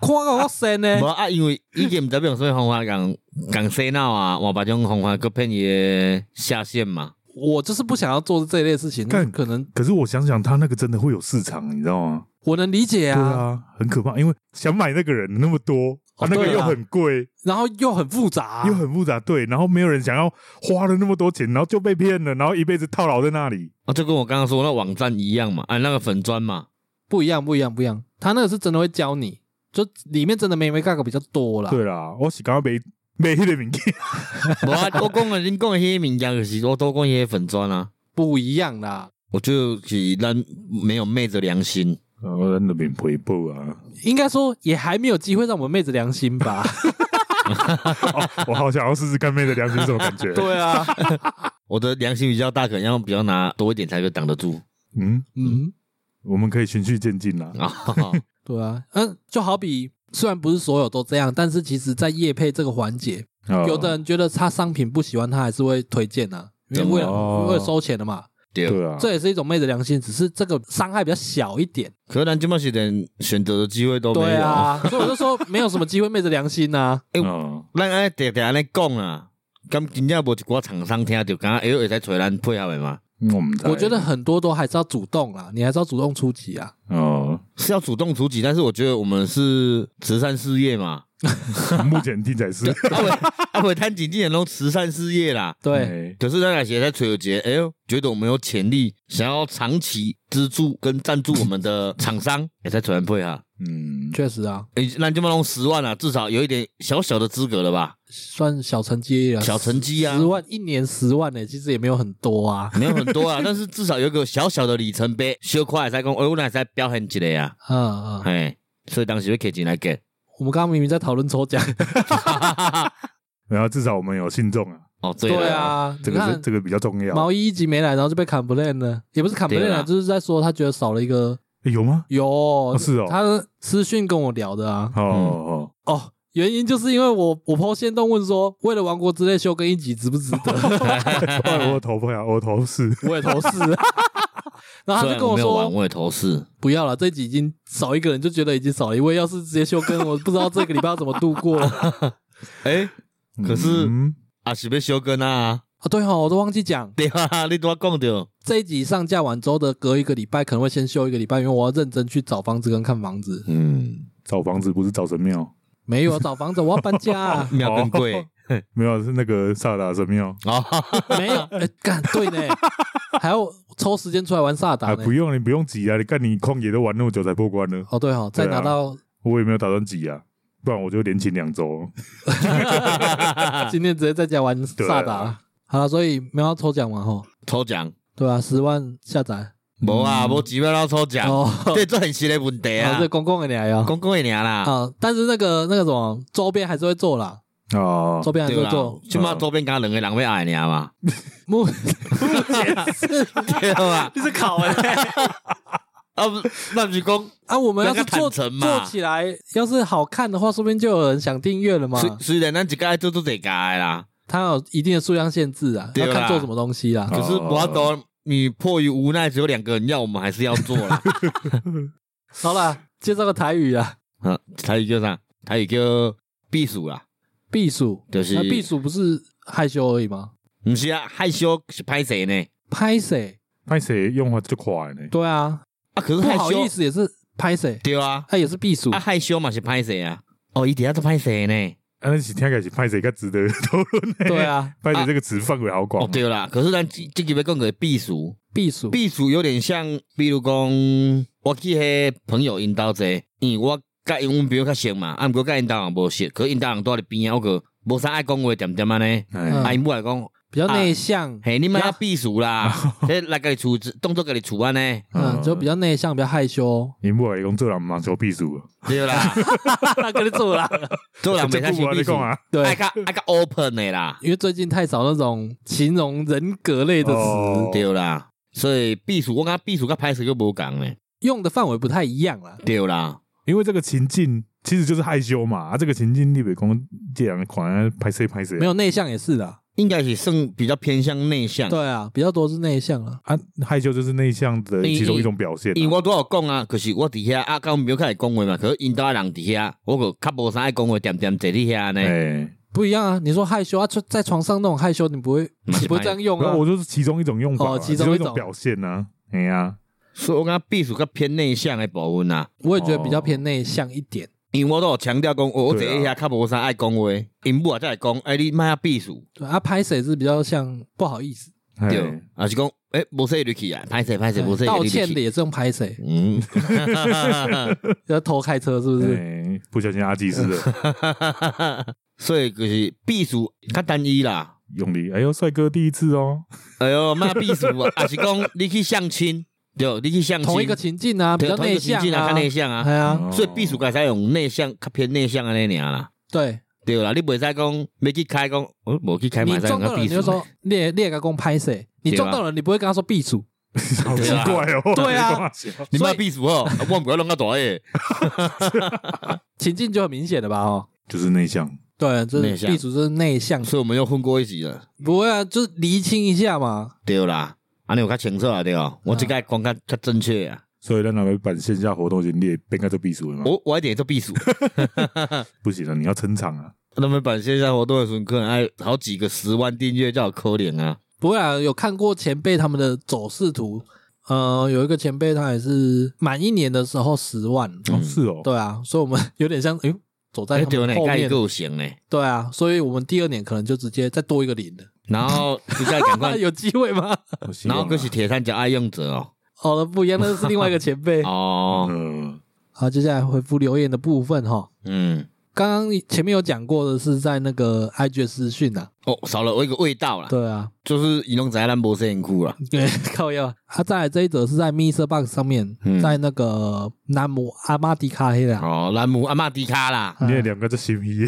Speaker 1: 看 到我神呢
Speaker 2: 无。啊，因为以前毋知道用什么方法讲讲洗脑啊，我把这种方法搁骗伊的下线嘛。
Speaker 1: 我就是不想要做这一类事情，
Speaker 3: 干
Speaker 1: 可能
Speaker 3: 可是我想想，他那个真的会有市场，你知道吗？
Speaker 1: 我能理解
Speaker 3: 对
Speaker 1: 啊。
Speaker 3: 啊，很可怕，因为想买那个人那么多，
Speaker 1: 哦，
Speaker 3: 啊那
Speaker 1: 对
Speaker 3: 个
Speaker 1: 啊啊
Speaker 3: 又很贵，
Speaker 1: 然后又很复杂，
Speaker 3: 又很复杂，对，然后没有人想要花了那么多钱，然后就被骗了，然后一辈子套牢在那里。
Speaker 1: *laughs*
Speaker 2: 哦啊，就跟我刚刚说那网站一样嘛，啊，那个粉砖嘛，
Speaker 1: 不一样，不一样，不一样。他那个是真的会教你，就里面真的妹妹嘎嘎比较多啦。
Speaker 3: 对啦，我是刚刚没没迄个名件，
Speaker 2: 无啊，我讲的恁讲的迄个物件，就是我都讲迄个粉砖啊。
Speaker 1: 不一样啦。
Speaker 2: 我就是咱没有昧着良心，
Speaker 3: 然后哦咱那边回报啊。
Speaker 1: 应该说也还没有机会让我们妹子良心吧。
Speaker 3: *laughs* 哦，我好想要试试干妹的良心是什么感觉？，
Speaker 2: 啊， *laughs* 我的良心比较大，可能要比较拿多一点才可以挡得住
Speaker 3: 嗯，
Speaker 1: 嗯，
Speaker 3: 我们可以循序渐进啦。
Speaker 2: 啊。
Speaker 1: *laughs* 对啊，嗯，就好比虽然不是所有都这样，但是其实在业配这个环节，
Speaker 3: 啊
Speaker 1: 嗯有的人觉得他商品不喜欢，他还是会推荐啊，因为为了、
Speaker 3: 哦
Speaker 1: 为了收钱的嘛，
Speaker 2: 对，
Speaker 3: 对啊，
Speaker 1: 这也是一种昧着良心，只是这个伤害比较小一点。
Speaker 2: 可是咱今麦是连选择的机会哦都没
Speaker 1: 对
Speaker 2: 有。
Speaker 1: 啊， *laughs* 所以我就说没有什么机会昧着良心呐、啊。
Speaker 3: 嗯，
Speaker 2: 咱安尼常常安尼讲啊，咁真正无一寡厂商听着，敢哎会会使找咱配合的嘛？
Speaker 3: 我们
Speaker 1: 我觉得很多都还是要主动啦，你还是要主动出击啊。
Speaker 3: 哦， *laughs*
Speaker 2: 是要主动出击，但是我觉得我们是慈善事业嘛， *laughs* 啊
Speaker 3: 目前听起来是
Speaker 2: 阿伟阿伟摊经纪人拢慈善事业啦。
Speaker 1: 对，
Speaker 3: 哎
Speaker 2: 可是咱俩现在吹有节，哎呦，觉得我们有潜力，想要长期资助跟赞助我们的厂商，也才传配哈。
Speaker 3: 嗯，
Speaker 1: 确实啊，
Speaker 2: 哎，那就嘛弄十万啊，至少有一点小小的资格了吧？
Speaker 1: 算小成绩了，
Speaker 2: 小成绩啊
Speaker 1: 十，万一年十万呢、欸其实也没有很多啊。 *laughs*
Speaker 2: 没有很多啊，但是至少有一个小小的里程碑，小块才讲，哎，我那才表现一个啊，
Speaker 1: 嗯嗯，
Speaker 2: 哎，所以当时会 K 进来给。
Speaker 1: 我们刚刚明明在讨论抽奖，
Speaker 3: 然后至少我们有信众啊，
Speaker 2: 哦，对
Speaker 1: 对
Speaker 2: 了，
Speaker 1: 啊，
Speaker 3: 这
Speaker 1: 嗯你
Speaker 3: 个
Speaker 1: 看
Speaker 3: 是这个比较重要。
Speaker 1: 毛衣一集没来，然后就被 complain 了，也不是 complain
Speaker 2: 对
Speaker 1: 啊，
Speaker 2: 啊
Speaker 1: 就是在说他觉得少了一个
Speaker 3: 哎有吗？
Speaker 1: 有、
Speaker 3: 是哦
Speaker 1: 他私讯跟我聊的啊，
Speaker 3: 哦哦， *laughs*
Speaker 1: 哦，原因就是因为我我抛线动问说，为了《王国之泪》休更一集值不值得？
Speaker 3: 哎我有头发啊，我有头
Speaker 1: *laughs*
Speaker 3: 饰，
Speaker 1: 我也投是，然后他
Speaker 2: 虽
Speaker 1: 就
Speaker 2: 然
Speaker 1: 跟
Speaker 2: 我
Speaker 1: 我
Speaker 2: 没有玩，
Speaker 1: 说
Speaker 2: 我也投是，
Speaker 1: 不要了，这一集已经少一个人就觉得已经少了一位，要是直接休更，我不知道这个礼拜要怎么度过啊。
Speaker 2: 哎，可是
Speaker 3: 嗯
Speaker 2: 啊是要休更啊， *laughs*
Speaker 1: 对哦，我都忘记讲，
Speaker 2: 对啊，你都讲着，
Speaker 1: 这一集上架完之后的隔一个礼拜可能会先休一个礼拜，因为我要认真去找房子跟看房子。
Speaker 2: 嗯，。
Speaker 3: 找房子不是找神庙，
Speaker 1: 没有啊找房子，我要搬家、
Speaker 3: *laughs*
Speaker 1: 啊
Speaker 2: 秒更贵
Speaker 3: 没有是那个萨达神庙
Speaker 2: 哦。
Speaker 1: 没有，哎干、对呢，还要抽时间出来玩萨达
Speaker 3: 啊，
Speaker 1: 呢
Speaker 3: 不。用你不用急啊，你看你旷野都玩那么久才破关呢，
Speaker 1: 哦，对哦，再
Speaker 3: 对啊
Speaker 1: 拿到
Speaker 3: 我也没有打算急啊，不然我就连请两周。
Speaker 1: 今天直接在家玩萨
Speaker 3: 啊对啊
Speaker 1: 达。好了，所以没有要抽奖嘛吼，
Speaker 2: *laughs* 抽奖，
Speaker 1: 对啊，十万下载
Speaker 2: 无啊，无钱要哪抽奖，
Speaker 1: 哦，
Speaker 2: 这这很实的问题
Speaker 1: 啊
Speaker 2: 啊
Speaker 1: 这，公共的俩哟。
Speaker 2: 讲讲会尔啦，
Speaker 1: 啊，但是那个那个什么周边还是会做啦，
Speaker 3: 哦
Speaker 1: 周边还是
Speaker 2: 对
Speaker 1: 会
Speaker 2: 啦
Speaker 1: 做，。
Speaker 2: 即马周边敢两个人要爱尔嘛，
Speaker 1: 目目前
Speaker 3: *laughs*
Speaker 1: 是
Speaker 2: *laughs* 对吧？ *laughs*
Speaker 1: 你是考哎
Speaker 2: 啊，不，那不是讲，
Speaker 1: 啊，我们要是
Speaker 2: 人家
Speaker 1: 做
Speaker 2: 坦诚嘛
Speaker 1: 做起来，要是好看的话，说不定就有人想订阅了嘛。
Speaker 2: 虽虽然咱一个做做这家的啦，
Speaker 1: 它有一定的数量限制啊，
Speaker 2: 对
Speaker 1: 要
Speaker 2: 啦
Speaker 1: 看做什么东西啦。
Speaker 3: 哦
Speaker 2: 可是我都你迫于无奈，只有两个人要，我们还是要做啦。
Speaker 1: 好啦，介绍个台语啊，
Speaker 2: 啊，台语叫啥？台语叫避暑啦，
Speaker 1: 避暑，
Speaker 2: 就是
Speaker 1: 啊那避暑不是害羞而已吗？
Speaker 2: 不是啊，害羞是拍谁呢？
Speaker 1: 拍谁？
Speaker 3: 拍谁用法就快呢？
Speaker 1: 对啊，
Speaker 2: 啊，可是
Speaker 1: 不
Speaker 2: 害
Speaker 1: 好
Speaker 2: 羞
Speaker 1: 意，思也是拍谁，
Speaker 2: 对啊，
Speaker 1: 他也是避暑
Speaker 2: 啊，害羞嘛是拍谁啊？哦，伊底下都拍谁呢？
Speaker 3: 啊，那是听起来是拍谁较值得讨
Speaker 2: *laughs*
Speaker 3: 论呢？
Speaker 1: 对，啊，
Speaker 3: 拍谁这个词范围好广
Speaker 2: 哦，。对啦，可是咱这这几要讲个避暑，
Speaker 1: 避暑，
Speaker 2: 避暑有点像，比如讲，我去迄朋友因兜坐，因为我甲因阮朋友较熟嘛，啊，毋过甲因兜人无熟，可因兜人住伫边啊，我个无啥爱讲话，点点安尼，
Speaker 3: 哎，，
Speaker 2: 啊，因母来讲，
Speaker 1: 比较内向，
Speaker 2: 嘿，你莫遐避
Speaker 1: *laughs*
Speaker 2: 暑啦，这来家己厝，当做家己厝安尼，
Speaker 1: 嗯，就比较内向，比较害羞
Speaker 3: 你不来讲做人忙求避暑，
Speaker 2: 对
Speaker 1: *laughs*
Speaker 2: 啦，
Speaker 1: 那跟你做啦。
Speaker 2: 做人
Speaker 3: 这
Speaker 2: 袂
Speaker 3: 不
Speaker 2: 太
Speaker 3: 我
Speaker 2: 先
Speaker 3: 跟
Speaker 2: 避
Speaker 3: 你
Speaker 2: 暑
Speaker 3: 讲，啊，
Speaker 2: 爱
Speaker 1: 对，
Speaker 2: 较爱较 open 的啦，
Speaker 1: 因为最近太少那种形容人格类的词，
Speaker 3: 哦
Speaker 2: 对啦，所以避暑我感觉避暑甲歹势又无共咧，
Speaker 1: 用的范围不太一样啦。
Speaker 2: 对啦，
Speaker 3: 因为这个情境其实就是害羞嘛，啊，这个情境你别讲这样款拍谁拍谁，
Speaker 1: 没有内向也是啦，
Speaker 2: 应该是算比较偏向内向。
Speaker 1: 对啊，比较多是内向啦。
Speaker 3: 啊，害羞就是内向的
Speaker 2: 你
Speaker 3: 其中一种表现啊。
Speaker 2: 因为我拄有讲啊，可、是我伫遐啊，甲阮朋友较会讲话嘛，可是因兜的人伫遐，我个较无啥爱讲话，点点坐伫遐呢。
Speaker 3: 哎，
Speaker 1: 不一样啊！你说害羞啊，就在床上那种害羞，你不会，
Speaker 2: 那是
Speaker 1: 你不会这样用
Speaker 3: 然
Speaker 1: 啊
Speaker 3: 后？我就是其中一种用法
Speaker 1: 哦
Speaker 3: 啊，
Speaker 1: 其中一种
Speaker 3: 种表现呢。哎呀，
Speaker 2: 所以我感觉避暑较偏内向的部分啊，
Speaker 1: 我也觉得比较偏内向一点。
Speaker 2: 因为我都有强调讲，哦我坐
Speaker 3: 对啊
Speaker 2: 伫遐较无啥爱讲话，因母啊才会讲，哎、你莫遐避暑，
Speaker 1: 对啊，拍谁是比较像不好意思，
Speaker 3: 哎
Speaker 2: 对，啊是讲诶，无说入去啊，歹势歹势，无说
Speaker 1: 道歉的。也是用拍谁？
Speaker 2: 嗯，
Speaker 1: 要偷开车是不是？
Speaker 3: 哎，不小心阿基斯的
Speaker 2: *laughs* *laughs* 所以就是避暑较单一啦。
Speaker 3: 用力，哎呦，帅哥第一次哦，
Speaker 2: 哎呦，嘛避暑 *laughs* 啊，啊是讲你去相亲，对，你去相亲，
Speaker 1: 同一个情境啊，比
Speaker 2: 对
Speaker 1: 较
Speaker 2: 同一
Speaker 1: 内
Speaker 2: 个情
Speaker 1: 向
Speaker 2: 境啊，较
Speaker 1: 啊，
Speaker 2: 内向啊。
Speaker 1: 哎呀，
Speaker 3: 哦
Speaker 2: 所以避暑该使用内向，较偏内向安尼尔啦。
Speaker 1: 对，
Speaker 2: 对啦，你袂使讲要去开讲，我无去开
Speaker 1: 你
Speaker 2: 嘛，
Speaker 1: 撞到人
Speaker 2: 避
Speaker 1: 你就
Speaker 2: 暑。
Speaker 1: 说列列个公拍谁？你
Speaker 2: 对啊
Speaker 1: 撞到人你不会跟他说避暑，
Speaker 3: *laughs* 好奇怪哦，
Speaker 1: 对啊
Speaker 2: 你
Speaker 1: 所
Speaker 2: 妈
Speaker 1: 以
Speaker 2: 避暑哦，啊我唔要弄个大诶。
Speaker 1: 情境就很明显的吧？哦，
Speaker 3: 就是内向，
Speaker 1: 对，就
Speaker 2: 内
Speaker 1: 是
Speaker 2: 向
Speaker 1: 避暑就是内向，
Speaker 2: 所以我们又混过一集了。
Speaker 1: 不会啊，就是厘清一下嘛。
Speaker 2: 对啦，安尼有较清楚啊，对哦。我即个讲较较正确啊，
Speaker 3: 所以咱两个办线下活动已经列变该做避暑了嘛，
Speaker 2: 我我一点做避暑。
Speaker 3: 不行了，你要撑场啊，
Speaker 2: 他们办线下活动的时候，可能爱好几个十万订阅叫可怜啊。
Speaker 1: 不会啊，有看过前辈他们的走势图，呃，有一个前辈他也是满一年的时候十万，
Speaker 3: 哦
Speaker 2: 嗯
Speaker 3: 是哦，
Speaker 1: 对啊，所以我们有点像，哎呦，走在他
Speaker 2: 哎，对呢
Speaker 1: 们，后
Speaker 2: 盖
Speaker 1: 面，
Speaker 2: 够行呢。
Speaker 1: 对啊，所以我们第二年可能就直接再多一个零的，
Speaker 2: 然后就再赶
Speaker 1: 那 *laughs*
Speaker 2: 快，
Speaker 1: 有啊机会吗？
Speaker 3: 我希
Speaker 2: 然
Speaker 3: 望啊
Speaker 2: 后可是铁三角爱用者哦。
Speaker 1: 好了，不一样，那是另外一个前
Speaker 2: *laughs*
Speaker 1: 辈。
Speaker 2: 哦，
Speaker 3: 嗯，
Speaker 1: 好，接下来回复留言的部分哈，
Speaker 2: 嗯，
Speaker 1: 刚刚前面有讲过的是在那个 IG 的私讯啊，
Speaker 2: 哦，少了我一个味道啦，
Speaker 1: 对啊， *laughs*
Speaker 2: 就是伊拢知咱无辛苦啦。
Speaker 1: 对，靠药。啊，再来这一则是在 Mr. Box 上面，
Speaker 2: 嗯
Speaker 1: 在那个南摩阿玛迪卡黑啊啦，
Speaker 2: 哦，兰姆阿玛迪卡啦，
Speaker 3: 你也两个在新一，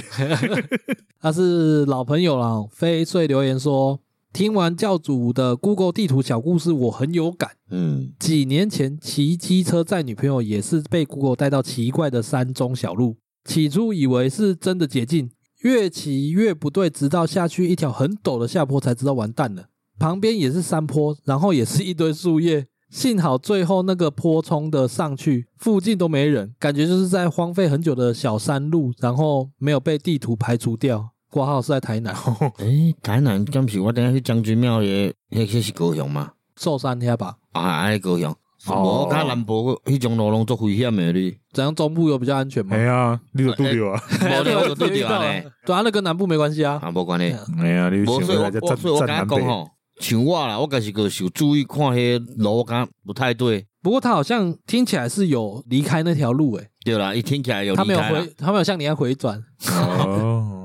Speaker 1: 他是老朋友了，翡翠留言说，听完教主的 Google 地图小故事，我很有感。
Speaker 2: 嗯，
Speaker 1: 几年前骑机车载女朋友，也是被 Google 带到奇怪的山中小路，起初以为是真的捷径，越骑越不对，直到下去一条很陡的下坡才知道完蛋了。旁边也是山坡，然后也是一堆树叶，幸好最后那个坡冲的上去，附近都没人，感觉就是在荒废很久的小山路，然后没有被地图排除掉。挂号是在台南 *laughs*
Speaker 2: 诶，台南敢是我等下去将军庙的，迄个是高雄嘛？
Speaker 1: 寿山遐吧，
Speaker 2: 啊，安尼高雄，
Speaker 3: 哦
Speaker 2: 无较南部迄种路拢足危险的哩，
Speaker 1: 怎样中部有比较安
Speaker 2: 嗯
Speaker 1: 全吗
Speaker 3: 哎？呀，你有拄着啊，
Speaker 1: *laughs*
Speaker 2: 无你我就对
Speaker 1: 遇
Speaker 2: 着
Speaker 1: 到
Speaker 2: 安尼
Speaker 1: 了，对啊，那跟南部没关系啊。
Speaker 2: 啊，无关系。
Speaker 3: 哎呀，你
Speaker 2: 无
Speaker 3: 想
Speaker 2: 所以
Speaker 3: 要
Speaker 2: 我
Speaker 3: 来这
Speaker 2: 我
Speaker 3: 站
Speaker 2: 所以我
Speaker 3: 站
Speaker 2: 敢
Speaker 3: 南
Speaker 2: 讲
Speaker 3: 北，
Speaker 2: 吼，像我啦，我家是个有注意看迄路，我感觉不太对。
Speaker 1: 不过他好像听起来是有离开那条路、欸，
Speaker 2: 对啦，伊听起来有
Speaker 1: 他
Speaker 2: 离
Speaker 1: 没有
Speaker 2: 开啦
Speaker 1: 回，。他没有像你一样回转，
Speaker 3: 哦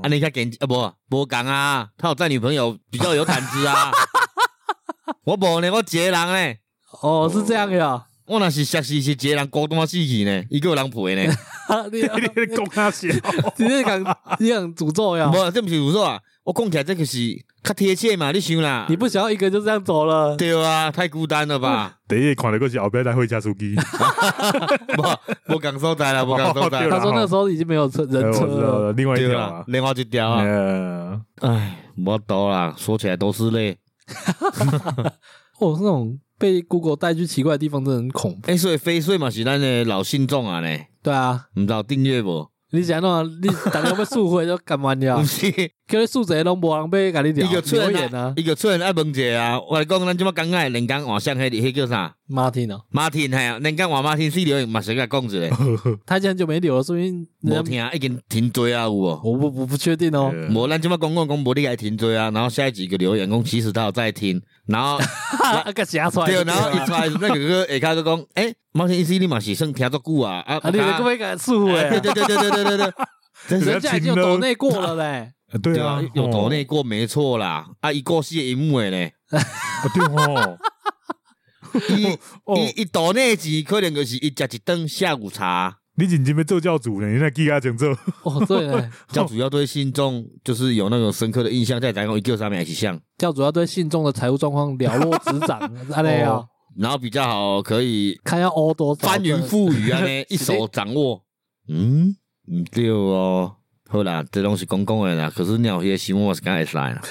Speaker 2: *laughs*
Speaker 3: *laughs*
Speaker 2: 啊，，你较紧啊，无无讲啊，他有载女朋友，比较有胆子啊。 *laughs* 我无呢，我一个人呢，
Speaker 1: 哦，是这样呀，
Speaker 2: 我若是确实是一个人孤单死去呢，伊个有人陪呢。
Speaker 1: *laughs* 你
Speaker 3: 你在讲他笑，
Speaker 1: 你是讲你想诅咒呀？
Speaker 2: 无，这毋是有说啊，我讲起来这个是较贴切嘛，你想啦
Speaker 1: 你。不想要一个人就这样走了？
Speaker 2: 对啊，太孤单了
Speaker 3: *laughs*
Speaker 2: 吧？
Speaker 3: 第一看到个是后边来回家手机，
Speaker 2: 无无共所在啦，无共所
Speaker 1: *laughs*
Speaker 2: 在
Speaker 3: 对
Speaker 1: 他
Speaker 2: 啦。
Speaker 3: 啦
Speaker 1: 说那时候已经没有车
Speaker 3: 哎
Speaker 1: 人
Speaker 3: 我
Speaker 1: 车
Speaker 3: 知
Speaker 1: 了，
Speaker 3: 道了，另外一
Speaker 2: 对
Speaker 3: 条
Speaker 2: 啦
Speaker 3: 啊，，
Speaker 2: 另外一条啊，
Speaker 3: 呃，
Speaker 2: 唉，无多啦，说起来都是泪。
Speaker 1: 哦，那种被 Google 带去奇怪的地方真的很恐怖。
Speaker 2: 哎，所以翡翠嘛是咱的老信众啊呢，
Speaker 1: 对啊，
Speaker 2: 毋知有订阅无？
Speaker 1: 你想那种你打电话速回就干嘛呀
Speaker 2: *laughs* 毋？是，
Speaker 1: 叫你速贼都没人被跟你聊
Speaker 2: 伊个
Speaker 1: 留
Speaker 2: 出
Speaker 1: 言
Speaker 2: 现
Speaker 1: 啊
Speaker 2: 伊个出现爱问者啊。我来讲，咱即马讲爱人工换向迄迄叫啥？
Speaker 1: ，Martin 哦，
Speaker 2: 马天嘿，人工换马天四流嘛是甲讲一下，
Speaker 1: 他已经很久没留了，说明
Speaker 2: 无
Speaker 1: 人家
Speaker 2: 听已经停追啊有无？
Speaker 1: 我不不不确定哦。
Speaker 3: 呃
Speaker 2: 无，咱即马讲讲讲无你来停追啊，然后下一集个留言讲其实他有在听，然后。
Speaker 1: *laughs* 啊，个瞎出来
Speaker 2: 对，
Speaker 1: 就
Speaker 2: 然
Speaker 1: 了
Speaker 2: 后一出来那个哥下骹就讲，诶，毛先生你嘛是算听足久啊，啊，
Speaker 1: 啊，你
Speaker 2: 我
Speaker 1: 们
Speaker 2: 看
Speaker 1: 各位敢速回
Speaker 2: *laughs* 对
Speaker 1: 啊？
Speaker 2: 对对对对对对对，真是
Speaker 1: 人家已经有抖内过了嘞，
Speaker 3: 对
Speaker 2: 对
Speaker 3: 啊
Speaker 2: 啊，，有抖
Speaker 3: 哦
Speaker 2: 内过没错啦，啊，伊过世的幕诶咧，
Speaker 3: *laughs* 啊对
Speaker 2: *laughs*
Speaker 3: 哦，
Speaker 2: 伊
Speaker 3: 哦，
Speaker 2: 伊伊抖内钱可能就是伊食一顿下午茶，
Speaker 3: 你认真要做教主呢？你那记他讲做，
Speaker 1: 哦，对嘞，
Speaker 2: 教主要对信众就是有那种深刻的印象，再讲伊叫啥名是像，
Speaker 1: 教主要对信众的财务状况了若指掌，安尼 *laughs* 啊
Speaker 3: 哦，
Speaker 2: 然后比较好可以
Speaker 1: 看要欧多少
Speaker 2: 翻云覆雨啊
Speaker 3: *laughs*
Speaker 2: 呢，一
Speaker 1: 直接
Speaker 2: 手掌握，嗯，唔对哦。好啦，这拢是讲讲的啦，可是鸟些新闻我是敢会使啦。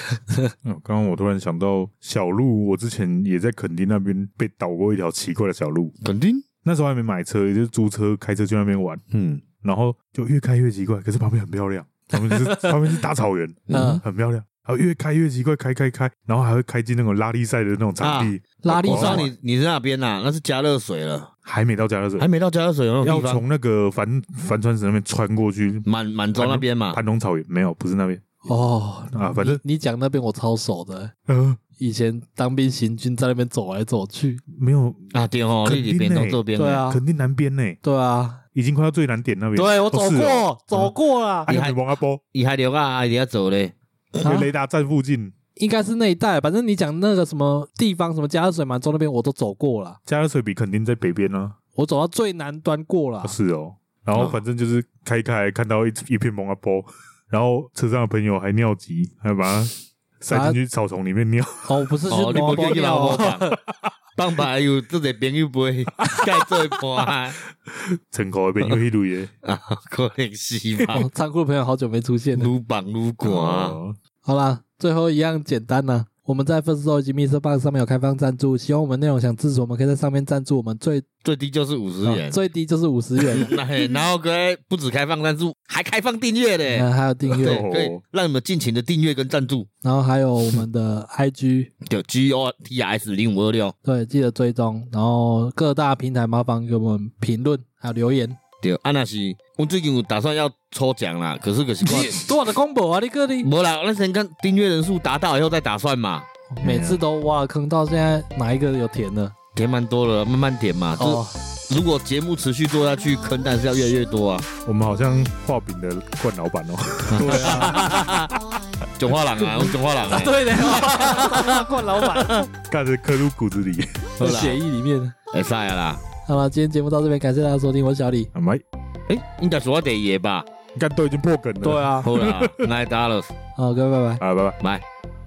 Speaker 3: 嗯刚刚我突然想到小路，我之前也在垦丁那边被导过一条奇怪的小路，
Speaker 2: 肯定，
Speaker 3: 那时候还没买车，也就是租车开车去那边玩，
Speaker 2: 嗯
Speaker 3: 然后就越开越奇怪，可是旁边很漂亮，旁边是
Speaker 1: *laughs*
Speaker 3: 旁边是大草原，
Speaker 1: 嗯
Speaker 3: 很漂亮。然后越开越奇怪，开开开，然后还会开进那种拉力赛的那种场地，
Speaker 1: 拉力
Speaker 2: 我知
Speaker 1: 赛
Speaker 2: 道，你你是那边啦，那是加热水了，
Speaker 3: 还没到加热水
Speaker 2: 还，没到加热水有那
Speaker 3: 要
Speaker 2: 种地方，
Speaker 3: 从那个
Speaker 1: 嗯
Speaker 3: 帆帆船石那边穿过去，
Speaker 2: 满满洲那
Speaker 1: 啊
Speaker 2: 边嘛，
Speaker 3: 盘龙草原没有，不是那边
Speaker 1: 哦，
Speaker 3: 啊，反正
Speaker 1: 你讲那边我超熟的，
Speaker 3: 呃，
Speaker 1: 以前当兵行军在那边走来走去，
Speaker 3: 没有，
Speaker 2: 啊，对哦，
Speaker 3: 肯
Speaker 2: 你
Speaker 3: 定
Speaker 2: 是边
Speaker 3: 欸
Speaker 2: 东这边，
Speaker 1: 对，啊，
Speaker 3: 肯定南边呢，
Speaker 1: 对啊，
Speaker 3: 已经快要最南点那边。
Speaker 1: 对我
Speaker 3: 哦
Speaker 1: 走，
Speaker 3: 是哦
Speaker 1: 过，走过啦
Speaker 3: 啊，，你还王阿波，
Speaker 2: 伊还留啊，伊遐做咧，
Speaker 1: 啊
Speaker 3: 有雷达站附近，
Speaker 1: 应该是那一带，反正你讲那个什么地方，什么加热水满洲那边我都走过了，
Speaker 3: 加热水比肯定在北边呢。
Speaker 1: 我走到最南端过了
Speaker 3: 啊，，是哦。然后反正就是开一开看到一一片蒙阿波，然后车上的朋友还尿急，还把它塞进去草丛里面尿。
Speaker 1: 哦，不是去
Speaker 2: 哦，你
Speaker 1: 挪
Speaker 2: 无
Speaker 1: 波
Speaker 2: 叫伊
Speaker 1: 尿
Speaker 2: 老婆
Speaker 1: 哦，
Speaker 2: 放， *laughs* 放牌有做者朋友 *laughs* 杯，盖做一盘，
Speaker 3: 成口那边有迄类耶，
Speaker 2: 啊， *laughs* 可能是吧，
Speaker 1: 哦仓库的朋友好久没出现了。
Speaker 2: 愈放愈寒。
Speaker 3: 哦
Speaker 1: 好啦，最后一样简单呢、我们在 First Story 及 Mr. Box 上面有开放赞助，喜欢我们内容想支持我们，可以在上面赞助我们最哦
Speaker 2: 最低就是五十元，
Speaker 1: 最低就是五十元，
Speaker 2: *laughs* 那嘿然后可以不止开放赞助，还开放订阅嘞
Speaker 1: 嗯嗯，，还有订阅，
Speaker 2: 对，可以让你们尽情的订阅跟赞助，
Speaker 1: 然后还有我们的
Speaker 2: *laughs*
Speaker 1: IG，
Speaker 2: 就 G O T S 零五二六，
Speaker 1: 对，记得追踪，然后各大平台麻烦给我们评论还有留言。
Speaker 2: 对，啊那是，我最近有打算要抽奖啦，可是可是
Speaker 1: *laughs*
Speaker 2: 我。
Speaker 1: 你多少的公布啊？你哥你
Speaker 2: 没啦，那先看订阅人数达到以后再打算嘛，
Speaker 1: 每次都挖了坑，到现在哪一个有填的？
Speaker 2: 填蛮多了，慢慢填嘛。
Speaker 1: 哦
Speaker 2: 就，如果节目持续做下去，坑但是要越来越多啊。
Speaker 3: 我们好像画饼的冠老板哦， *laughs*
Speaker 1: 对啊，
Speaker 2: 囧话郎
Speaker 1: *laughs*
Speaker 2: 啊，我囧话郎啊。
Speaker 1: 对的， *laughs* 冠老板
Speaker 3: 干着刻入骨子里。 *laughs*
Speaker 1: 的
Speaker 2: 好啦
Speaker 1: 协议里面。
Speaker 2: 哎，晒啦，
Speaker 1: 好了，今天节目到这边，感谢大家收听，我是小李。
Speaker 3: 啊，没，
Speaker 2: 哎，应该说我得爷吧。
Speaker 3: 你看都已经破梗了。
Speaker 1: 啊， *laughs*
Speaker 2: 好啦，那打了。
Speaker 1: 好，各位拜拜。
Speaker 3: 啊，拜拜。
Speaker 2: 拜。